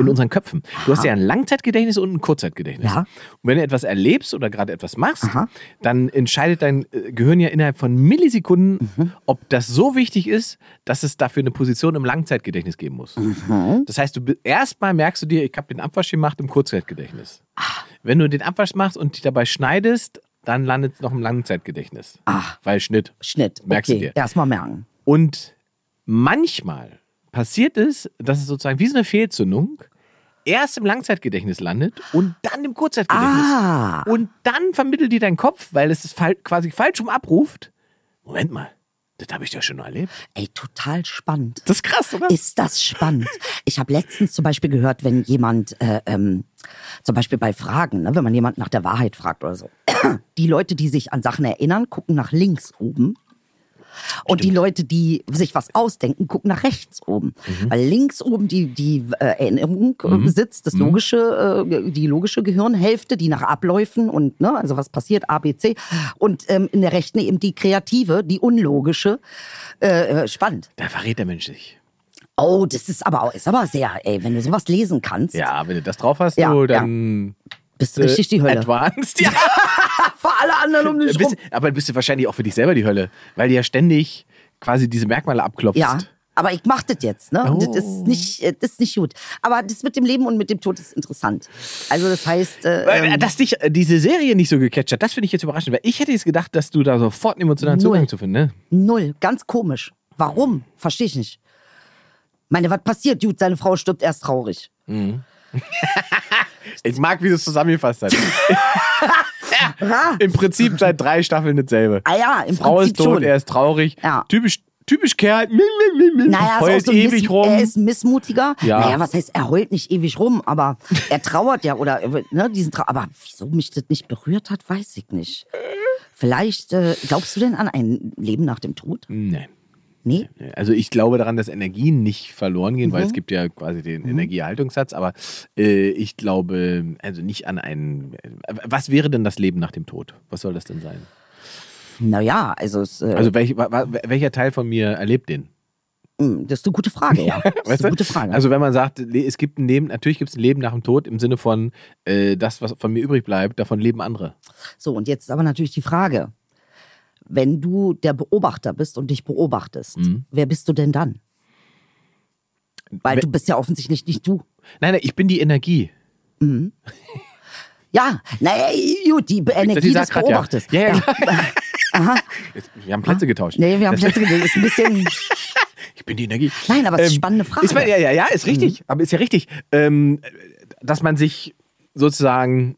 In unseren Köpfen. Du hast ja ein Langzeitgedächtnis und ein Kurzzeitgedächtnis. Ja. Und wenn du etwas erlebst oder gerade etwas machst, Aha. dann entscheidet dein äh, Gehirn ja innerhalb von Millisekunden, Mhm. ob das so wichtig ist, dass es dafür eine Position im Langzeitgedächtnis geben muss. Mhm. Das heißt, du erstmal merkst du dir, ich habe den Abwasch gemacht im Kurzzeitgedächtnis. Ah. Wenn du den Abwasch machst und dich dabei schneidest, dann landet es noch im Langzeitgedächtnis. Ah. Weil Schnitt. Schnitt. Merkst du okay, dir. erstmal merken. Und manchmal passiert es, dass es sozusagen wie so eine Fehlzündung erst im Langzeitgedächtnis landet und dann im Kurzzeitgedächtnis. Ah. Und dann vermittelt dir dein Kopf, weil es es fal quasi falsch rum abruft. Moment mal, das habe ich ja schon erlebt. Ey, total spannend. Das ist krass, oder? Ist das spannend? Ich habe letztens zum Beispiel gehört, wenn jemand, äh, ähm, zum Beispiel bei Fragen, ne, wenn man jemand nach der Wahrheit fragt oder so, die Leute, die sich an Sachen erinnern, gucken nach links oben. Und die Leute, die sich was ausdenken, gucken nach rechts oben. Weil links oben die, die äh, Erinnerung äh, sitzt, das logische, äh, die logische Gehirnhälfte, die nach Abläufen und, ne, also was passiert, A, B, C. Und ähm, in der rechten eben die kreative, die unlogische. Äh, äh, spannend. da verrät der Mensch sich. Oh, das ist aber auch, ist aber sehr, ey, wenn du sowas lesen kannst, Ja, wenn du das drauf hast, Ja, du, ja. dann bist du richtig die äh, Hölle. advanced. Ja. Für alle anderen um dich bist, aber bist du wahrscheinlich auch für dich selber die Hölle, weil du ja ständig quasi diese Merkmale abklopfst. Ja, aber ich mach das jetzt, ne? Und Das Oh. ist nicht, äh, das ist nicht gut. Aber das mit dem Leben und mit dem Tod ist interessant. Also das heißt, Weil, äh, ähm, dass dich äh, diese Serie nicht so gecatcht hat, das finde ich jetzt überraschend, weil ich hätte jetzt gedacht, dass du da sofort einen emotionalen Zugang zu finden. Ne? null, ganz komisch. Warum? Verstehe ich nicht. Meine, was passiert? Gut, seine Frau stirbt erst traurig. Ich mag, wie du es zusammengefasst hast. Ah, Im Prinzip seit drei Staffeln dasselbe. ah ja, im Frau Prinzip ist tot, schon. er ist traurig. Ja. Typisch, typisch Kerl, mim, mim, mim, mim, Naja, er heult ist auch so ein ewig Miss- rum. Er ist ein missmutiger. Ja. Naja, was heißt, er heult nicht ewig rum, aber er trauert ja oder äh, ne, diesen Trau Aber wieso mich das nicht berührt hat, weiß ich nicht. Vielleicht äh, glaubst du denn an ein Leben nach dem Tod? Nein. Nee. Also ich glaube daran, dass Energien nicht verloren gehen, weil es gibt ja quasi den Energieerhaltungssatz, aber äh, ich glaube also nicht an einen. äh, Was wäre denn das Leben nach dem Tod? Was soll das denn sein? Naja, also, es, äh, Also welch, wa, wa, welcher Teil von mir erlebt den? mh, hm, das ist eine gute Frage, ja. Das ist Weißt eine du? gute Frage. Also wenn man sagt, le- es gibt ein Leben, natürlich gibt es ein Leben nach dem Tod im Sinne von äh, das, was von mir übrig bleibt, davon leben andere. so, und jetzt ist aber natürlich die Frage. Wenn du der Beobachter bist und dich beobachtest, wer bist du denn dann? Weil Hm. Wer- du bist ja offensichtlich nicht du. Nein, nein, ich bin die Energie. Ja, naja, gut, die Be- Energie Ich des sag grad, ja. Beobachters. Ja, genau. ja, Aha. Ah. Jetzt, wir haben Plätze getauscht. Nee, wir haben Plätze gelegt. Ist ein bisschen. Ich bin die Energie. Ähm, Nein, aber es ist eine spannende Frage. Mhm. Ist man, ja, ja, ja, ist richtig. Aber ist ja richtig, ähm, dass man sich sozusagen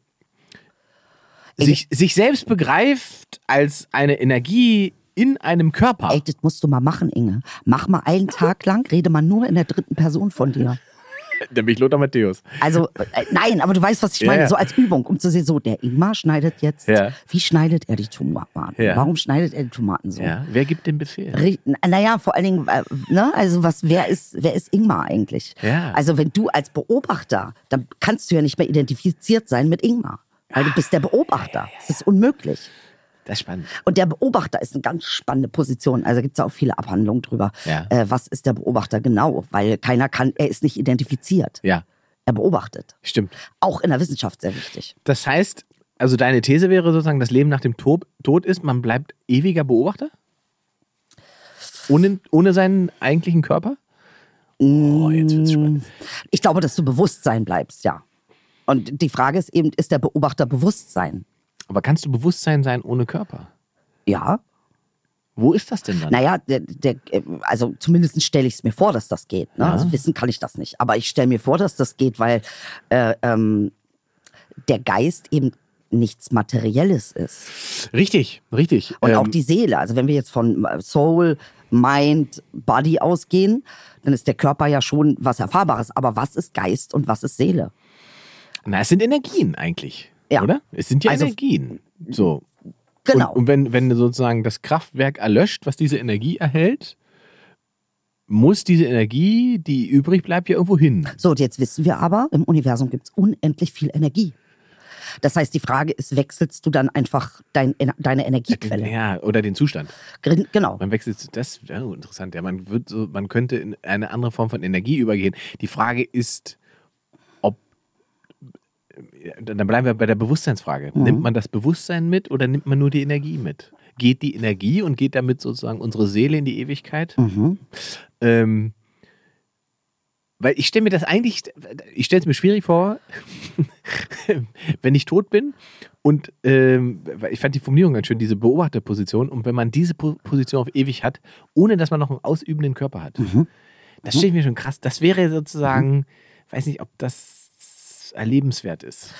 sich, sich selbst begreift als eine Energie in einem Körper. Ey, das musst du mal machen, Inge. Mach mal einen Tag lang, rede mal nur in der dritten Person von dir. Nämlich Lothar Matthäus. Also, äh, nein, aber du weißt, was ich Ja, meine. ja. So als Übung, um zu sehen, so, der Ingmar schneidet jetzt. Ja. Wie schneidet er die Tomaten? Ja. Warum schneidet er die Tomaten so? Ja. Wer gibt den Befehl? Ri- na- Naja, vor allen Dingen, äh, ne? also was, wer ist, wer ist Ingmar eigentlich? Ja. Also wenn du als Beobachter, dann kannst du ja nicht mehr identifiziert sein mit Ingmar, weil du bist der Beobachter. Das ist unmöglich. Das ist spannend. Und der Beobachter ist eine ganz spannende Position. Also gibt es auch viele Abhandlungen drüber. Ja. Äh, was ist der Beobachter genau? Weil keiner kann, er ist nicht identifiziert. Ja, Er beobachtet. stimmt. Auch in der Wissenschaft sehr wichtig. Das heißt, also deine These wäre sozusagen, das Leben nach dem Tod, Tod ist, man bleibt ewiger Beobachter? Ohne, ohne seinen eigentlichen Körper? Oh, jetzt wird's spannend. Ich glaube, dass du Bewusstsein bleibst, ja. Und die Frage ist eben, ist der Beobachter Bewusstsein? Aber kannst du Bewusstsein sein ohne Körper? Ja. Wo ist das denn dann? Naja, der, der, äh, also zumindest stelle ich es mir vor, dass das geht. Ne? Also wissen kann ich das nicht. Aber ich stelle mir vor, dass das geht, weil äh, ähm, der Geist eben nichts Materielles ist. Richtig, richtig. Und Ähm, auch die Seele. Also wenn wir jetzt von Soul, Mind, Body ausgehen, dann ist der Körper ja schon was Erfahrbares. Aber was ist Geist und was ist Seele? na, es sind Energien eigentlich, Ja. oder? Es sind ja Also- Energien. So. Genau. Und, um und wenn, wenn sozusagen das Kraftwerk erlöscht, was diese Energie erhält, muss diese Energie, die übrig bleibt, ja irgendwo hin. So, und jetzt wissen wir aber, im Universum gibt es unendlich viel Energie. Das heißt, die Frage ist, wechselst du dann einfach dein, Ener- deine Energiequelle? Ja, oder den Zustand. Grin- Genau. Man wechselt zu- das, ja, interessant. Ja, man, wird so, man könnte in eine andere Form von Energie übergehen. Die Frage ist, ob. äh, Dann bleiben wir bei der Bewusstseinsfrage. Nimmt man das Bewusstsein mit oder nimmt man nur die Energie mit? Geht die Energie und geht damit sozusagen unsere Seele in die Ewigkeit? Ähm, weil ich stelle mir das eigentlich, ich stelle es mir schwierig vor, wenn ich tot bin und ähm, weil ich fand die Formulierung ganz schön, diese Beobachterposition und wenn man diese Po- Position auf ewig hat, ohne dass man noch einen ausübenden Körper hat, das stelle ich mir schon krass. Das wäre sozusagen, weiß nicht, ob das erlebenswert ist.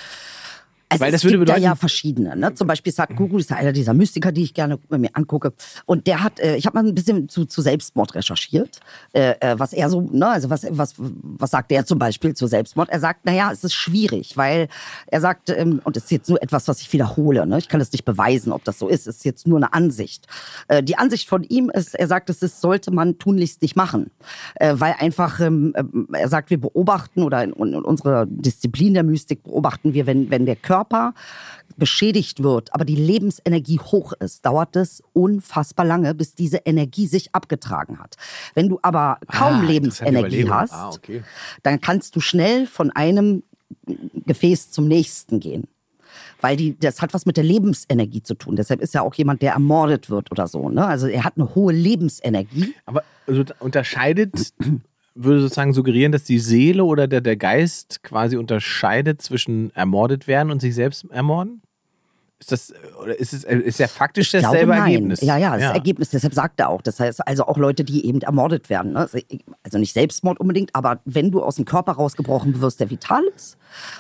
Also Weil es das würde gibt da bedeuten- ja verschiedene. Ne? Zum Beispiel Sadhguru ist ja einer dieser Mystiker, die ich gerne mir angucke. Und der hat, äh, ich habe mal ein bisschen zu, zu Selbstmord recherchiert, äh, äh, was er so, ne, also was, was, was sagt er zum Beispiel zu Selbstmord? Er sagt, naja, es ist schwierig, weil er sagt, ähm, und das ist jetzt nur etwas, was ich wiederhole, ne? ich kann das nicht beweisen, ob das so ist, es ist jetzt nur eine Ansicht. Äh, die Ansicht von ihm ist, er sagt, es ist, sollte man tunlichst nicht machen, äh, weil einfach, ähm, ähm, er sagt, wir beobachten oder in, in unserer Disziplin der Mystik beobachten wir, wenn, wenn der Körper beschädigt wird, aber die Lebensenergie hoch ist, dauert es unfassbar lange, bis diese Energie sich abgetragen hat. Wenn du aber kaum Ah, interessante Lebensenergie Überlegung. hast, Ah, okay. dann kannst du schnell von einem Gefäß zum nächsten gehen. Weil die, das hat was mit der Lebensenergie zu tun. Deshalb ist ja auch jemand, der ermordet wird oder so. Ne? Also er hat eine hohe Lebensenergie. Aber also unterscheidet, würde sozusagen suggerieren, dass die Seele oder der, der Geist quasi unterscheidet zwischen ermordet werden und sich selbst ermorden? Ist das, oder ist es ist ja faktisch Ich glaube, dasselbe nein. Ergebnis? Ja, ja, das Ergebnis. Deshalb sagt er auch. Das heißt also auch Leute, die eben ermordet werden. Ne? Also- Also nicht Selbstmord unbedingt, aber wenn du aus dem Körper rausgebrochen wirst, der vital ist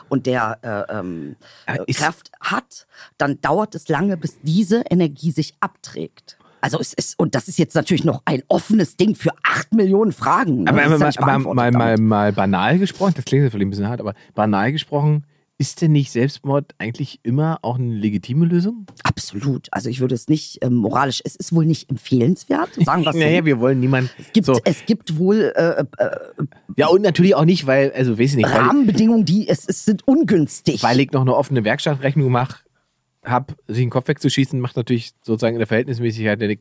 und der äh, ähm, Aber äh, ist- Kraft hat, dann dauert es lange, bis diese Energie sich abträgt. Also es ist, und das ist jetzt natürlich noch ein offenes Ding für acht Millionen Fragen. ne? Aber, Das aber, ist ja mal, nicht aber beantwortet mal, mal, damit. mal banal gesprochen, das klingt jetzt vielleicht ein bisschen hart, aber banal gesprochen, ist denn nicht Selbstmord eigentlich immer auch eine legitime Lösung? Absolut. Also ich würde es nicht ähm, moralisch, es ist wohl nicht empfehlenswert, sagen wir es so. Naja, wir wollen niemanden. es gibt, so. es gibt wohl äh, äh, Ja, und natürlich auch nicht, weil, also weiß ich nicht, weil, Rahmenbedingungen, die es, es sind ungünstig. weil ich noch eine offene Werkstattrechnung mache, hab, sich den Kopf wegzuschießen, macht natürlich sozusagen in der Verhältnismäßigkeit der-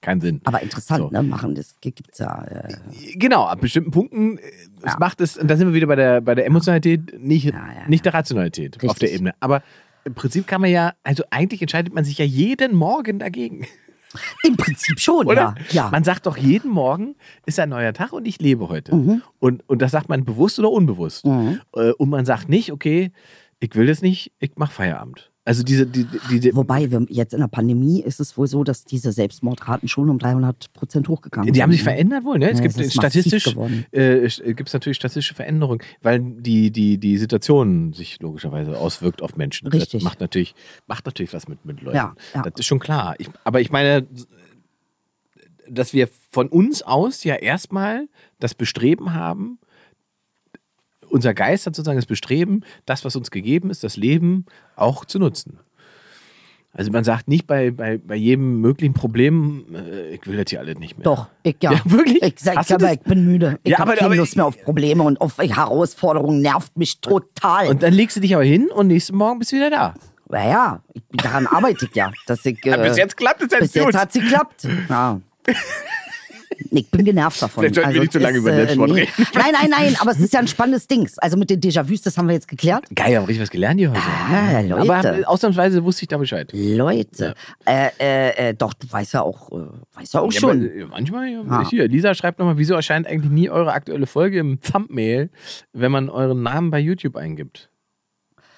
keinen Sinn. aber interessant, So. ne? Machen das gibt's ja. Äh, Genau, ab bestimmten Punkten äh, es macht es, und da sind wir wieder bei der, bei der Emotionalität, nicht, ja, nicht der Rationalität auf Richtig. der Ebene. Aber im Prinzip kann man ja, also eigentlich entscheidet man sich ja jeden Morgen dagegen, Im Prinzip schon, ja. oder? ja. Man sagt doch jeden Morgen, ist ein neuer Tag und ich lebe heute. Mhm. Und, und das sagt man bewusst oder unbewusst. Äh, Und man sagt nicht, okay, ich will das nicht, ich mach Feierabend. Also diese, die, die, die, Wobei, wir, jetzt in der Pandemie ist es wohl so, dass diese Selbstmordraten schon um 300 Prozent hochgegangen sind. Die haben sich ne? verändert wohl, ne? Es Ja, gibt es ist statistisch massiv geworden. äh, gibt es natürlich statistische Veränderungen, weil die, die, die Situation sich logischerweise auswirkt auf Menschen. Richtig. Das macht natürlich, macht natürlich was mit, mit Leuten. Ja, ja. Das ist schon klar. Ich, aber ich meine, dass wir von uns aus ja erstmal das Bestreben haben, unser Geist hat sozusagen das Bestreben, das, was uns gegeben ist, das Leben auch zu nutzen. Also man sagt nicht bei, bei, bei jedem möglichen Problem, äh, ich will das hier alles nicht mehr. Doch, ich ja. Ja, wirklich? Ich, sag, Hast ich, du aber, das- ich bin müde. Ich Ja, habe aber- keine aber- Lust mehr auf Probleme und auf Herausforderungen nervt mich total. Und dann legst du dich aber hin und nächsten Morgen bist du wieder da. naja, ich, daran arbeite ich ja. Dass ich, äh, bis jetzt klappt es ja Bis gut. jetzt hat sie geklappt. Ja. Ich bin genervt davon. Also Vielleicht sollten wir nicht so es lange ist, über Selbstmord nee. reden. Nein, nein, nein, aber es ist ja ein spannendes Ding. Also mit den Déjà-vus, das haben wir jetzt geklärt. Geil, haben richtig was gelernt hier heute. Ah, Leute. Aber ausnahmsweise wusste ich da Bescheid. Leute, äh, äh, äh, doch, du weißt ja auch, äh, weißt ja auch Ja, schon. Ah. aber, äh, manchmal, ja, ich hier. Lisa schreibt nochmal, wieso erscheint eigentlich nie eure aktuelle Folge im Thumbnail, wenn man euren Namen bei YouTube eingibt?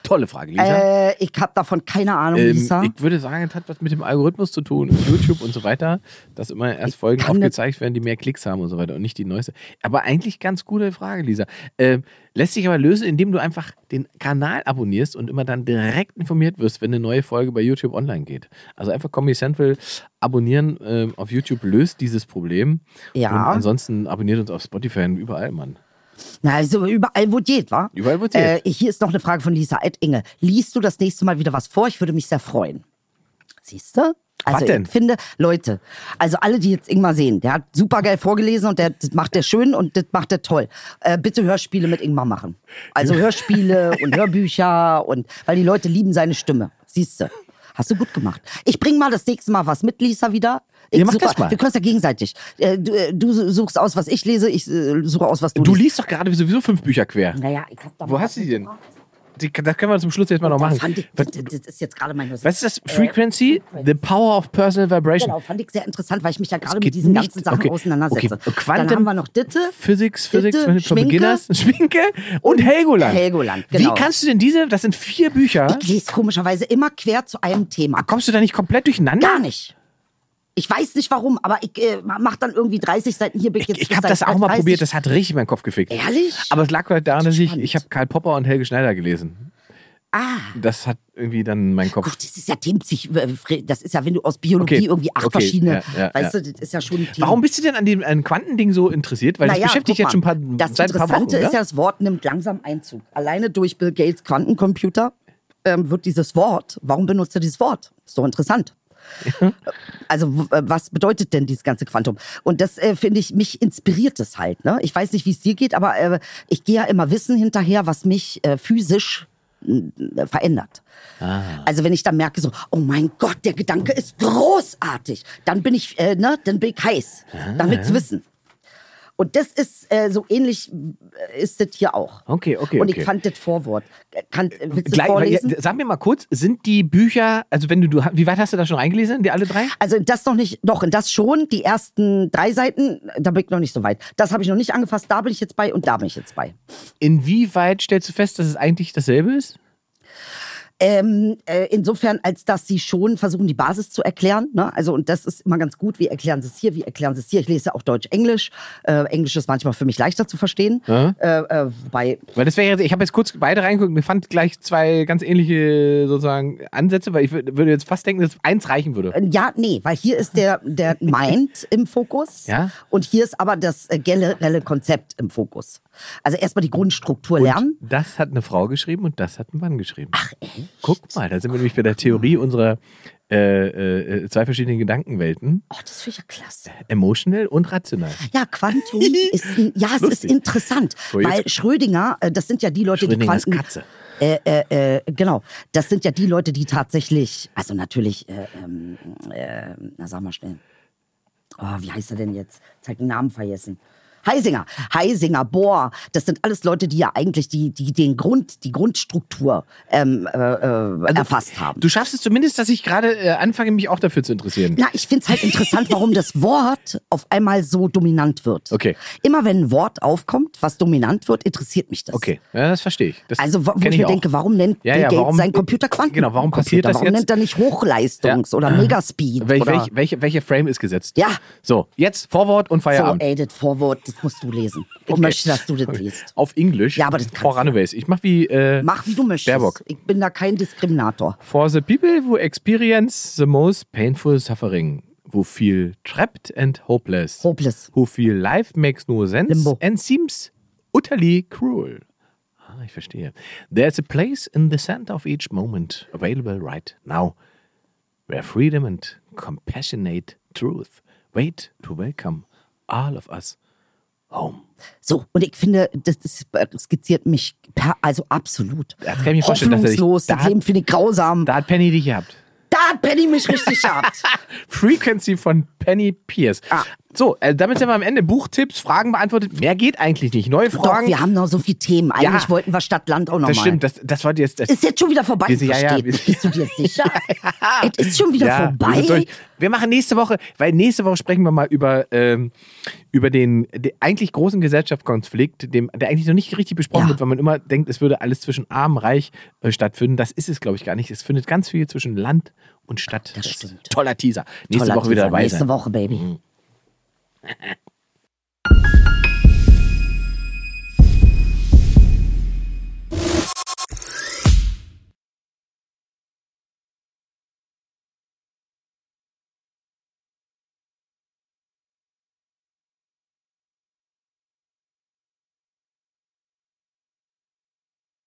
Tolle Frage, Lisa. Äh, ich habe davon keine Ahnung, Ähm, Lisa. ich würde sagen, es hat was mit dem Algorithmus zu tun, und YouTube und so weiter, dass immer erst Folgen kann aufgezeigt werden, die mehr Klicks haben und so weiter und nicht die neueste. Aber eigentlich ganz gute Frage, Lisa. Ähm, lässt sich aber lösen, indem du einfach den Kanal abonnierst und immer dann direkt informiert wirst, wenn eine neue Folge bei YouTube online geht. Also einfach Comedy Central abonnieren ähm, auf YouTube löst dieses Problem. Ja. Und ansonsten abonniert uns auf Spotify und überall, Mann. Na, also überall, wo es geht, wa? Überall, wo es Äh, hier ist noch eine Frage von Lisa Ed Inge. Liest du das nächste Mal wieder was vor? Ich würde mich sehr freuen. Siehst du? Also denn? ich finde, Leute, also alle, die jetzt Ingmar sehen, der hat super geil vorgelesen und der, das macht der schön und das macht der toll. Äh, bitte Hörspiele mit Ingmar machen. Also Hörspiele und Hörbücher und weil die Leute lieben seine Stimme. Siehst du? Hast du gut gemacht. Ich bring mal das nächste Mal was mit, Lisa, wieder. Ich Ja, mach suche- das mal. Wir können es ja gegenseitig. Äh, du, äh, du suchst aus, was ich lese, ich äh, suche aus, was du, Du liest doch gerade sowieso fünf Bücher quer. Naja, ich hab da Wo mal hast du was die denn? mitgebracht. Die, das können wir zum Schluss jetzt mal noch Da machen. Fand ich, Was, das ist jetzt gerade mein was ist das? Frequency? The power of personal vibration. Äh, Genau, fand ich sehr interessant, weil ich mich da gerade mit geht diesen nicht. ganzen Sachen Okay, auseinandersetze. okay. Quantum- Dann haben wir noch Ditte. Physics, Physics Ditte, Management for Schminke. Beginners, Schminke und Helgoland. Helgoland, genau. Wie kannst du denn diese, das sind vier Bücher, Ich lese komischerweise immer quer zu einem Thema. kommst du da nicht komplett durcheinander? Gar nicht. Ich weiß nicht warum, aber ich äh, mach dann irgendwie 30 Seiten hier. Bin jetzt Ich bis habe Seite das auch mal 30. probiert, das hat richtig meinen Kopf gefickt. Ehrlich? Aber es lag halt daran, dass ich, Spannend. ich habe Karl Popper und Helge Schneider gelesen. Ah. Das hat irgendwie dann meinen Kopf. Gut, das ist ja Themenpsych. äh, Das ist ja, wenn du aus Biologie Okay, irgendwie acht okay, verschiedene. ja, ja, weißt ja. du, das ist ja schon ein Thema. Warum bist du denn an dem an Quantending so interessiert? Weil Naja, das beschäftigt guck jetzt schon ein mal, paar, Das seit ein paar Wochen. ne? Interessante ist oder? ja, das Wort nimmt langsam Einzug. Alleine durch Bill Gates Quantencomputer ähm, wird dieses Wort, warum benutzt er dieses Wort? Ist doch interessant. Also w- äh, was bedeutet denn dieses ganze Quantum? Und das äh, finde ich, mich inspiriert das halt. Ne? Ich weiß nicht, wie es dir geht, aber äh, ich gehe ja immer Wissen hinterher, was mich äh, physisch äh, verändert. Also wenn ich dann merke so, oh mein Gott, der Gedanke ist großartig, dann bin ich, äh, ne, dann bin ich heiß, dann will ich's Ah. wissen. Und das ist äh, so ähnlich äh, ist das hier auch. Okay, okay, Und okay. ich fand das Vorwort. Kann, äh, willst du Gleich, weil- vorlesen? ja, sag mir mal kurz, sind die Bücher, also wenn du, du wie weit hast du da schon reingelesen, die alle drei? also das noch nicht, doch, in das schon, die ersten drei Seiten, da bin ich noch nicht so weit. Das habe ich noch nicht angefasst, da bin ich jetzt bei und da bin ich jetzt bei. Inwieweit stellst du fest, dass es eigentlich dasselbe ist? Ähm, äh, insofern, als dass sie schon versuchen, die Basis zu erklären. Ne? Also, und das ist immer ganz gut. Wie erklären sie es hier? Wie erklären sie es hier? Ich lese auch Deutsch-Englisch. Äh, Englisch ist manchmal für mich leichter zu verstehen. Äh, äh, wobei, Weil das wäre jetzt, ich habe jetzt kurz beide reingeguckt und mir fand gleich zwei ganz ähnliche sozusagen Ansätze, weil ich wür- würde jetzt fast denken, dass eins reichen würde. äh, ja, nee, weil hier ist der, der Mind im Fokus. Ja. Und hier ist aber das äh, generelle Konzept im Fokus. Also, erstmal die Grundstruktur lernen. Das hat eine Frau geschrieben und das hat ein Mann geschrieben. Ach echt? Guck mal, da sind wir nämlich bei der Theorie unserer äh, äh, äh, zwei verschiedenen Gedankenwelten, Oh, das finde ich ja klasse. emotional und rational. Ja, Quantum ist, ein- ja, es ist Lustig. interessant, So, jetzt- weil Schrödinger, äh, das sind ja die Leute, die Schrödingers Quanten. Katze. Äh, äh, äh, genau, das sind ja die Leute, die tatsächlich, also natürlich, äh, ähm, äh, na sag mal schnell, oh, wie heißt er denn jetzt? Jetzt hab ich den Namen vergessen. Heisinger, Heisinger, Bohr, das sind alles Leute, die ja eigentlich die, die den Grund, die Grundstruktur ähm, äh, äh, erfasst haben. Also, Du schaffst es zumindest, dass ich gerade äh, anfange, mich auch dafür zu interessieren. Na, ich find's halt interessant, warum das Wort auf einmal so dominant wird. Okay. Immer wenn ein Wort aufkommt, was dominant wird, interessiert mich das. Okay, ja, das verstehe ich. Das Also, wo wo kenn ich mir auch. denke, warum nennt Ja, Bill ja, Gates warum- seinen Computer Quanten? Genau, warum passiert das warum jetzt? nennt er nicht Hochleistungs- Ja. oder Megaspeed? Welch, oder? welch, welche, welcher Frame ist gesetzt? Ja. So, jetzt Vorwort und so, Feierabend. ey, das Vorwort, das musst du lesen. Ich Okay. möchte, dass du das liest. Auf Englisch. Ja, aber das kannst For du. runaways. Ich mach wie. Äh, Mach, wie du möchtest. Baerbock. Ich bin da kein Diskriminator. For the people who experience the most painful suffering, who feel trapped and hopeless, Hopeless. who feel life makes no sense Limbo. and seems utterly cruel. Ah, ich verstehe. There's a place in the center of each moment, available right now, where freedom and compassionate truth wait to welcome all of us home. So, und ich finde, das, äh, das skizziert mich per, also absolut. Das kann ich mir vorstellen, dass er dich- Hoffnungslos, da das hat- Leben finde ich grausam. Da hat Penny dich gehabt. Da hat Penny mich richtig gehabt. Frequency von Penny Pierce. Ah. So, äh, damit sind wir am Ende. Buchtipps, Fragen beantwortet. Mehr geht eigentlich nicht. Neue Fragen. Doch, wir haben noch so viele Themen. Eigentlich Ja. wollten wir Stadt-Land auch noch das mal. stimmt, das, das war jetzt. Das, Ist jetzt schon wieder vorbei. Wir sind- ja, ja, versteht wir- nicht. Bist du dir sicher? Es ist schon wieder ja, Wir, sind vorbei. durch. wir machen nächste Woche, weil nächste Woche sprechen wir mal über, ähm, über den, den eigentlich großen Gesellschaftskonflikt, dem, der eigentlich noch nicht richtig besprochen Ja. wird, weil man immer denkt, es würde alles zwischen Arm und Reich äh, stattfinden. Das ist es, glaube ich, gar nicht. Es findet ganz viel zwischen Land und Stadt. Das statt. stimmt. Toller Teaser. Nächste Toller Woche wieder Teaser. dabei Nächste sein. Woche, Baby.